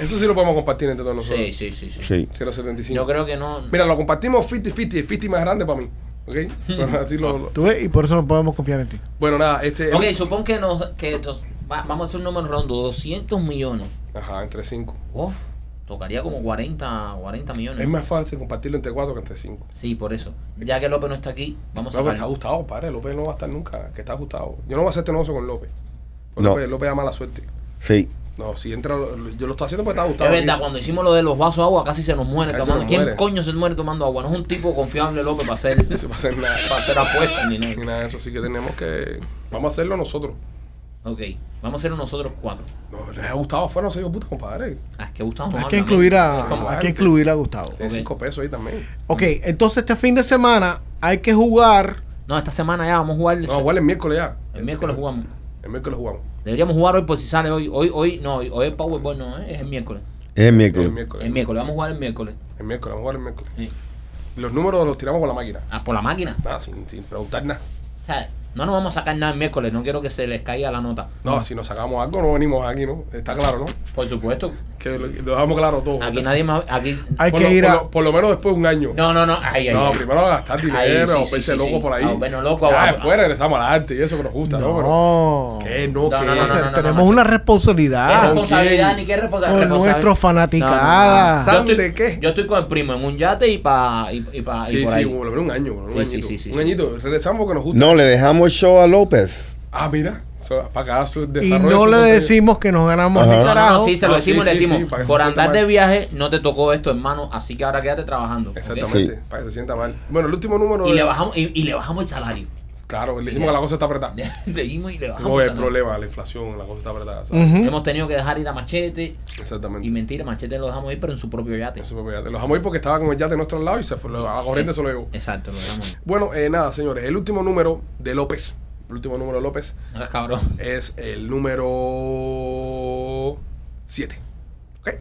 Speaker 1: Eso sí lo podemos compartir entre todos nosotros.
Speaker 2: Sí, sí, sí. sí.
Speaker 4: Sí.
Speaker 1: 175.
Speaker 2: Yo creo que no.
Speaker 1: Mira, lo compartimos 50-50, 50 más grande para mí. ¿Ok? Bueno, así lo- lo-
Speaker 3: ¿Tú ves? Y por eso no podemos confiar en ti.
Speaker 1: bueno, nada, este.
Speaker 2: Ok, supón que, nos, que estos- va- vamos a hacer un número rondo: 200 millones.
Speaker 1: Ajá, entre 5.
Speaker 2: Uf, tocaría como 40, 40 millones.
Speaker 1: Es más fácil compartirlo entre 4 que entre 5.
Speaker 2: Sí, por eso. Ya que López no está aquí, vamos
Speaker 1: No,
Speaker 2: a
Speaker 1: pero está
Speaker 2: parar.
Speaker 1: ajustado, padre. López no va a estar nunca. Que está ajustado. Yo no voy a hacer este negocio con López. Porque
Speaker 4: No.
Speaker 1: López, López da mala suerte.
Speaker 4: Sí.
Speaker 1: No, si entra. lo- lo- Yo lo estoy haciendo porque está
Speaker 2: Es
Speaker 1: ajustado.
Speaker 2: verdad,
Speaker 1: aquí.
Speaker 2: cuando hicimos lo de los vasos de agua, casi se nos muere
Speaker 1: Casi
Speaker 2: tomando.
Speaker 1: nos
Speaker 2: ¿Quién
Speaker 1: muere.
Speaker 2: coño se muere tomando agua? No es un tipo confiable López para hacer,
Speaker 1: No se va a hacer nada.
Speaker 2: para hacer apuestas ni
Speaker 1: Ni
Speaker 2: nada.
Speaker 1: nada de eso. Así que tenemos que. Vamos a hacerlo nosotros.
Speaker 2: Ok, vamos a hacerlo nosotros cuatro.
Speaker 1: No, les ha gustado afuera, no sé yo, puta, compadre.
Speaker 2: Ah, es que Gustavo no
Speaker 3: Hay
Speaker 2: habla,
Speaker 3: que
Speaker 2: men.
Speaker 3: incluir
Speaker 1: Como
Speaker 3: a, hay que
Speaker 1: antes.
Speaker 3: incluir a Gustavo.
Speaker 1: Tiene
Speaker 2: Ok.
Speaker 1: 5 pesos ahí también.
Speaker 3: Ok, entonces este fin de semana hay que jugar.
Speaker 2: No, esta semana ya vamos a jugar. El,
Speaker 1: No, igual el miércoles ya.
Speaker 2: el miércoles jugamos.
Speaker 1: El miércoles jugamos.
Speaker 2: Deberíamos jugar hoy por si sale hoy. Hoy, hoy no, hoy, hoy es Powerball, no, eh, es el miércoles.
Speaker 4: Es el
Speaker 1: El
Speaker 4: miércoles.
Speaker 1: miércoles.
Speaker 2: El miércoles, vamos a jugar el miércoles.
Speaker 1: El miércoles, vamos a jugar el miércoles.
Speaker 2: Sí.
Speaker 1: Los números los tiramos con la máquina.
Speaker 2: Ah, por la máquina.
Speaker 1: Nada, sin, sin preguntar nada.
Speaker 2: O sea, no nos vamos a sacar nada el miércoles, no quiero que se les caiga la nota.
Speaker 1: No, si nos sacamos algo, no venimos aquí, ¿no? Está claro, ¿no?
Speaker 2: Por supuesto,
Speaker 1: Que lo, lo dejamos claro todo.
Speaker 2: aquí nadie más. Aquí...
Speaker 3: Hay
Speaker 1: por
Speaker 3: que
Speaker 1: lo,
Speaker 3: ir
Speaker 1: por
Speaker 3: a.
Speaker 1: lo- por lo menos después de un año.
Speaker 2: No, no, no. Ay, ay,
Speaker 1: No,
Speaker 2: ay.
Speaker 1: primero a gastar dinero,
Speaker 2: Ahí, sí,
Speaker 1: a
Speaker 2: sí,
Speaker 1: volverse
Speaker 2: sí,
Speaker 1: loco
Speaker 2: sí.
Speaker 1: por ahí.
Speaker 2: A volvernos loco,
Speaker 1: Ya,
Speaker 2: a- a-
Speaker 1: después regresamos al arte y eso que nos gusta, ¿no? Pero-
Speaker 3: No.
Speaker 1: ¿Qué? No,
Speaker 2: No,
Speaker 1: ¿qué?
Speaker 2: no, no,
Speaker 1: Ese-
Speaker 2: no, no.
Speaker 3: Tenemos una
Speaker 2: ¿Qué
Speaker 3: responsabilidad
Speaker 2: responsabilidad
Speaker 1: quién?
Speaker 2: ni qué responsabilidad?
Speaker 3: con nuestros
Speaker 2: fanaticadas.
Speaker 3: fanaticadas.
Speaker 1: No, no, no.
Speaker 2: Yo estoy,
Speaker 1: ¿De qué?
Speaker 2: Yo estoy con el primo en un yate y pa y, y pa y
Speaker 1: Sí,
Speaker 2: por
Speaker 1: sí,
Speaker 2: ahí.
Speaker 1: por lo menos un año, por lo menos un
Speaker 2: Sí, sí,
Speaker 1: añito.
Speaker 2: sí, sí,
Speaker 1: un
Speaker 2: sí.
Speaker 1: añito, regresamos porque nos gusta.
Speaker 4: No, le dejamos el show a López.
Speaker 1: Ah, mira, so- para cada su
Speaker 3: Y
Speaker 1: desarrollo.
Speaker 3: no
Speaker 1: su
Speaker 3: le
Speaker 1: contenido.
Speaker 3: decimos que nos ganamos
Speaker 4: Ajá.
Speaker 3: ni
Speaker 2: No, no, no,
Speaker 3: carajo.
Speaker 2: sí, se lo
Speaker 1: Ah, sí,
Speaker 2: decimos, le
Speaker 1: sí,
Speaker 2: decimos.
Speaker 1: sí, para que
Speaker 2: por
Speaker 1: se
Speaker 2: andar
Speaker 1: sienta
Speaker 2: de
Speaker 1: mal.
Speaker 2: viaje no te tocó esto, hermano, así que ahora quédate trabajando. ¿ok?
Speaker 1: Exactamente,
Speaker 4: Sí.
Speaker 1: para que se sienta mal. Bueno, el último número.
Speaker 2: Y
Speaker 1: de-
Speaker 2: le bajamos y, y le bajamos el salario.
Speaker 1: Claro, le dijimos que la cosa está apretada.
Speaker 2: Seguimos y le bajamos.
Speaker 1: No
Speaker 2: el
Speaker 1: es el
Speaker 2: salario.
Speaker 1: problema, la inflación, la cosa está apretada. ¿sabes?
Speaker 3: Ujú.
Speaker 2: Hemos tenido que dejar ir a Machete
Speaker 1: Exactamente.
Speaker 2: y mentira, Machete lo dejamos ir pero en su propio yate.
Speaker 1: Eso fue verdad. Los amo ahí porque estaba con el yate de nuestro lado y se fue, a la corriente se lo llevó.
Speaker 2: Exacto, lo dejamos. ir.
Speaker 1: Bueno, eh, nada, señores, el último número de López, el último número de López
Speaker 2: No, Ah, cabrón.
Speaker 1: es el número 7. ¿Ok?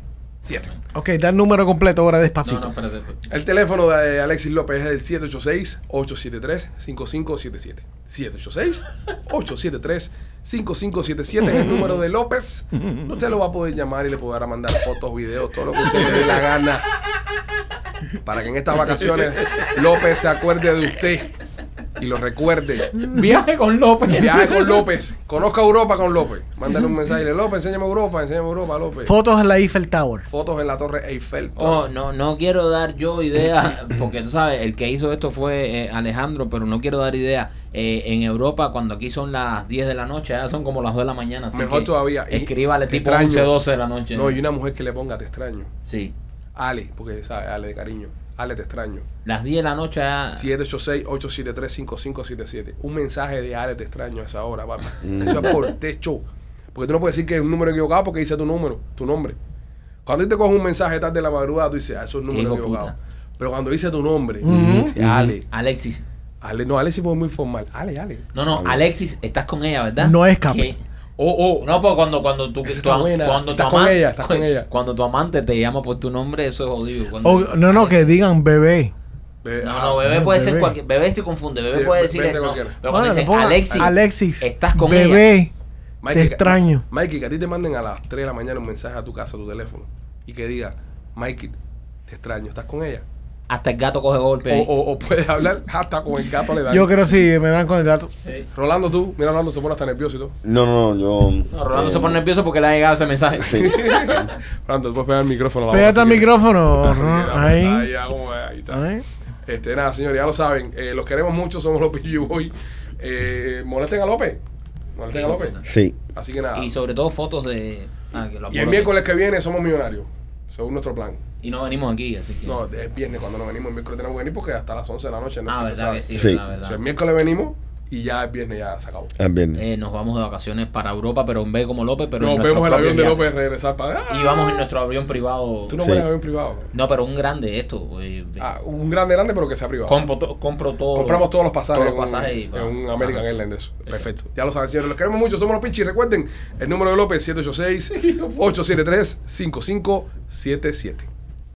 Speaker 1: 7.
Speaker 3: Ok, da el número completo ahora
Speaker 2: No, no,
Speaker 3: despacito.
Speaker 2: espérate.
Speaker 1: El teléfono de Alexis López es el 786-873-5577. 786-873-5577 es el número de López. Usted lo va a poder llamar y le podrá mandar fotos, videos, todo lo que usted le dé la gana. Para que en estas vacaciones López se acuerde de usted y lo recuerde.
Speaker 2: Viaje con López.
Speaker 1: Viaje con López. Conozca Europa con López. Mándale un mensaje y le López, enséñame Europa, enséñame Europa, López.
Speaker 3: Fotos en la Eiffel Tower.
Speaker 1: Fotos en la Torre Eiffel.
Speaker 2: Oh, no, no quiero dar yo ideas, porque tú sabes, el que hizo esto fue eh, Alejandro, pero no quiero dar ideas. Eh, en Europa, cuando aquí son las 10 de la noche, allá son como las 2 de la mañana. así
Speaker 1: Mejor
Speaker 2: que
Speaker 1: todavía. Y
Speaker 2: Escríbale
Speaker 1: te
Speaker 2: tipo
Speaker 1: extraño.
Speaker 2: 11, 12 de la noche.
Speaker 1: No, y una mujer que le ponga te extraño.
Speaker 2: Sí,
Speaker 1: Ale, porque sabe, Ale de cariño. Ale, te extraño.
Speaker 2: las 10 de la noche ah, allá.
Speaker 1: 786-873-5577. Un mensaje de Ale, te extraño a esa hora, papi.
Speaker 3: Mm.
Speaker 1: Eso es por techo. Porque tú no puedes decir que es un número equivocado porque dice tu número, tu nombre. Cuando tú te coges un mensaje tarde de la madrugada, tú dices, ah, eso es un número
Speaker 2: Hijo
Speaker 1: equivocado.
Speaker 2: puta.
Speaker 1: Pero cuando dice tu nombre,
Speaker 3: Ujú.
Speaker 1: dice Ale.
Speaker 2: Alexis.
Speaker 1: Ale, no, Ale sí fue muy formal. Ale, Ale.
Speaker 2: No, no, Alexis, estás con ella, ¿verdad?
Speaker 3: No escape.
Speaker 2: ¿Qué?
Speaker 1: Oh, oh.
Speaker 2: No, pues cuando, cuando tú.
Speaker 1: Esa
Speaker 2: tu
Speaker 1: está
Speaker 2: am-
Speaker 1: buena.
Speaker 2: Cuando
Speaker 1: Estás
Speaker 2: tu
Speaker 1: con
Speaker 2: amante,
Speaker 1: ella, estás con ella.
Speaker 3: Oh,
Speaker 2: Cuando tu amante te llama por tu nombre, eso es jodido. Cuando-
Speaker 3: O- no, no, que digan bebé.
Speaker 1: Be-
Speaker 2: No,
Speaker 1: ah,
Speaker 2: no, bebé puede ser
Speaker 3: bebé.
Speaker 2: cualquier. Bebé se confunde, bebé
Speaker 1: Sí,
Speaker 2: puede
Speaker 1: be-
Speaker 2: decir.
Speaker 1: vete
Speaker 2: No,
Speaker 1: cualquiera.
Speaker 2: pero cuando dicen,
Speaker 3: ponga,
Speaker 2: Alexis,
Speaker 3: Ah, Alexis,
Speaker 2: estás con ella.
Speaker 3: bebé,
Speaker 1: Mikey,
Speaker 3: te
Speaker 1: que-
Speaker 3: extraño.
Speaker 1: Mikey, que a ti te manden a las 3 de la mañana un mensaje a tu casa, a tu teléfono, y que diga, Mikey, te extraño, ¿estás con ella?
Speaker 2: Hasta el gato coge golpe.
Speaker 1: O,
Speaker 2: ahí.
Speaker 1: o- o puedes hablar hasta con el gato le da.
Speaker 3: Yo creo si me dan con el dato.
Speaker 1: Rolando, tú, mira, Rolando se pone hasta nervioso y todo.
Speaker 4: No, no, no, yo.
Speaker 2: No, Rolando
Speaker 4: eh,
Speaker 2: se pone nervioso porque le ha llegado ese mensaje.
Speaker 4: Sí.
Speaker 1: Rolando, tú puedes pegar el micrófono. a la boca
Speaker 3: Pégate
Speaker 1: si
Speaker 3: al
Speaker 1: quieres.
Speaker 3: micrófono.
Speaker 1: Si
Speaker 3: Ron.
Speaker 1: quieres,
Speaker 3: Ahí.
Speaker 1: ya, como, ahí está.
Speaker 3: Ahí.
Speaker 1: Este, nada, señores, ya lo saben. eh, los queremos mucho, somos los PG Boy. Eh, molesten a López. Molesten a López.
Speaker 4: sí.
Speaker 1: Así que nada.
Speaker 2: Y sobre todo fotos de. ah, que lo
Speaker 1: Y el
Speaker 2: apuro-
Speaker 1: miércoles que viene somos millonarios, según nuestro plan.
Speaker 2: Y no venimos aquí, así que.
Speaker 1: No, es viernes cuando nos venimos, el miércoles tenemos que venir porque hasta las 11 de la noche no
Speaker 2: ah,
Speaker 1: se
Speaker 2: verdad
Speaker 1: sabe.
Speaker 2: que sí,
Speaker 4: Sí.
Speaker 1: O
Speaker 2: verdad, verdad.
Speaker 1: sea, el miércoles venimos y ya el viernes ya se acabó.
Speaker 4: Es bien.
Speaker 2: Eh, nos vamos de vacaciones para Europa, pero en B como López, pero en
Speaker 1: nos
Speaker 2: nuestro
Speaker 1: vemos el
Speaker 2: propio
Speaker 1: avión de
Speaker 2: yate.
Speaker 1: López regresar para. ¡Ah!
Speaker 2: Y vamos en nuestro avión privado.
Speaker 1: Tú no
Speaker 4: Sí.
Speaker 1: puedes avión privado.
Speaker 2: No, pero un grande esto. eh,
Speaker 1: Ah, un grande, grande, pero que sea privado.
Speaker 2: compro, to- compro todo.
Speaker 1: Compramos todos los pasajes,
Speaker 2: Todos los pasajes y
Speaker 1: en,
Speaker 2: va.
Speaker 1: un- en un American
Speaker 2: Ajá.
Speaker 1: Airlines de eso.
Speaker 2: Exacto.
Speaker 1: Perfecto. Ya lo saben, señores. Los queremos mucho. Somos los pinches. Recuerden, el número de López 786-873-5577.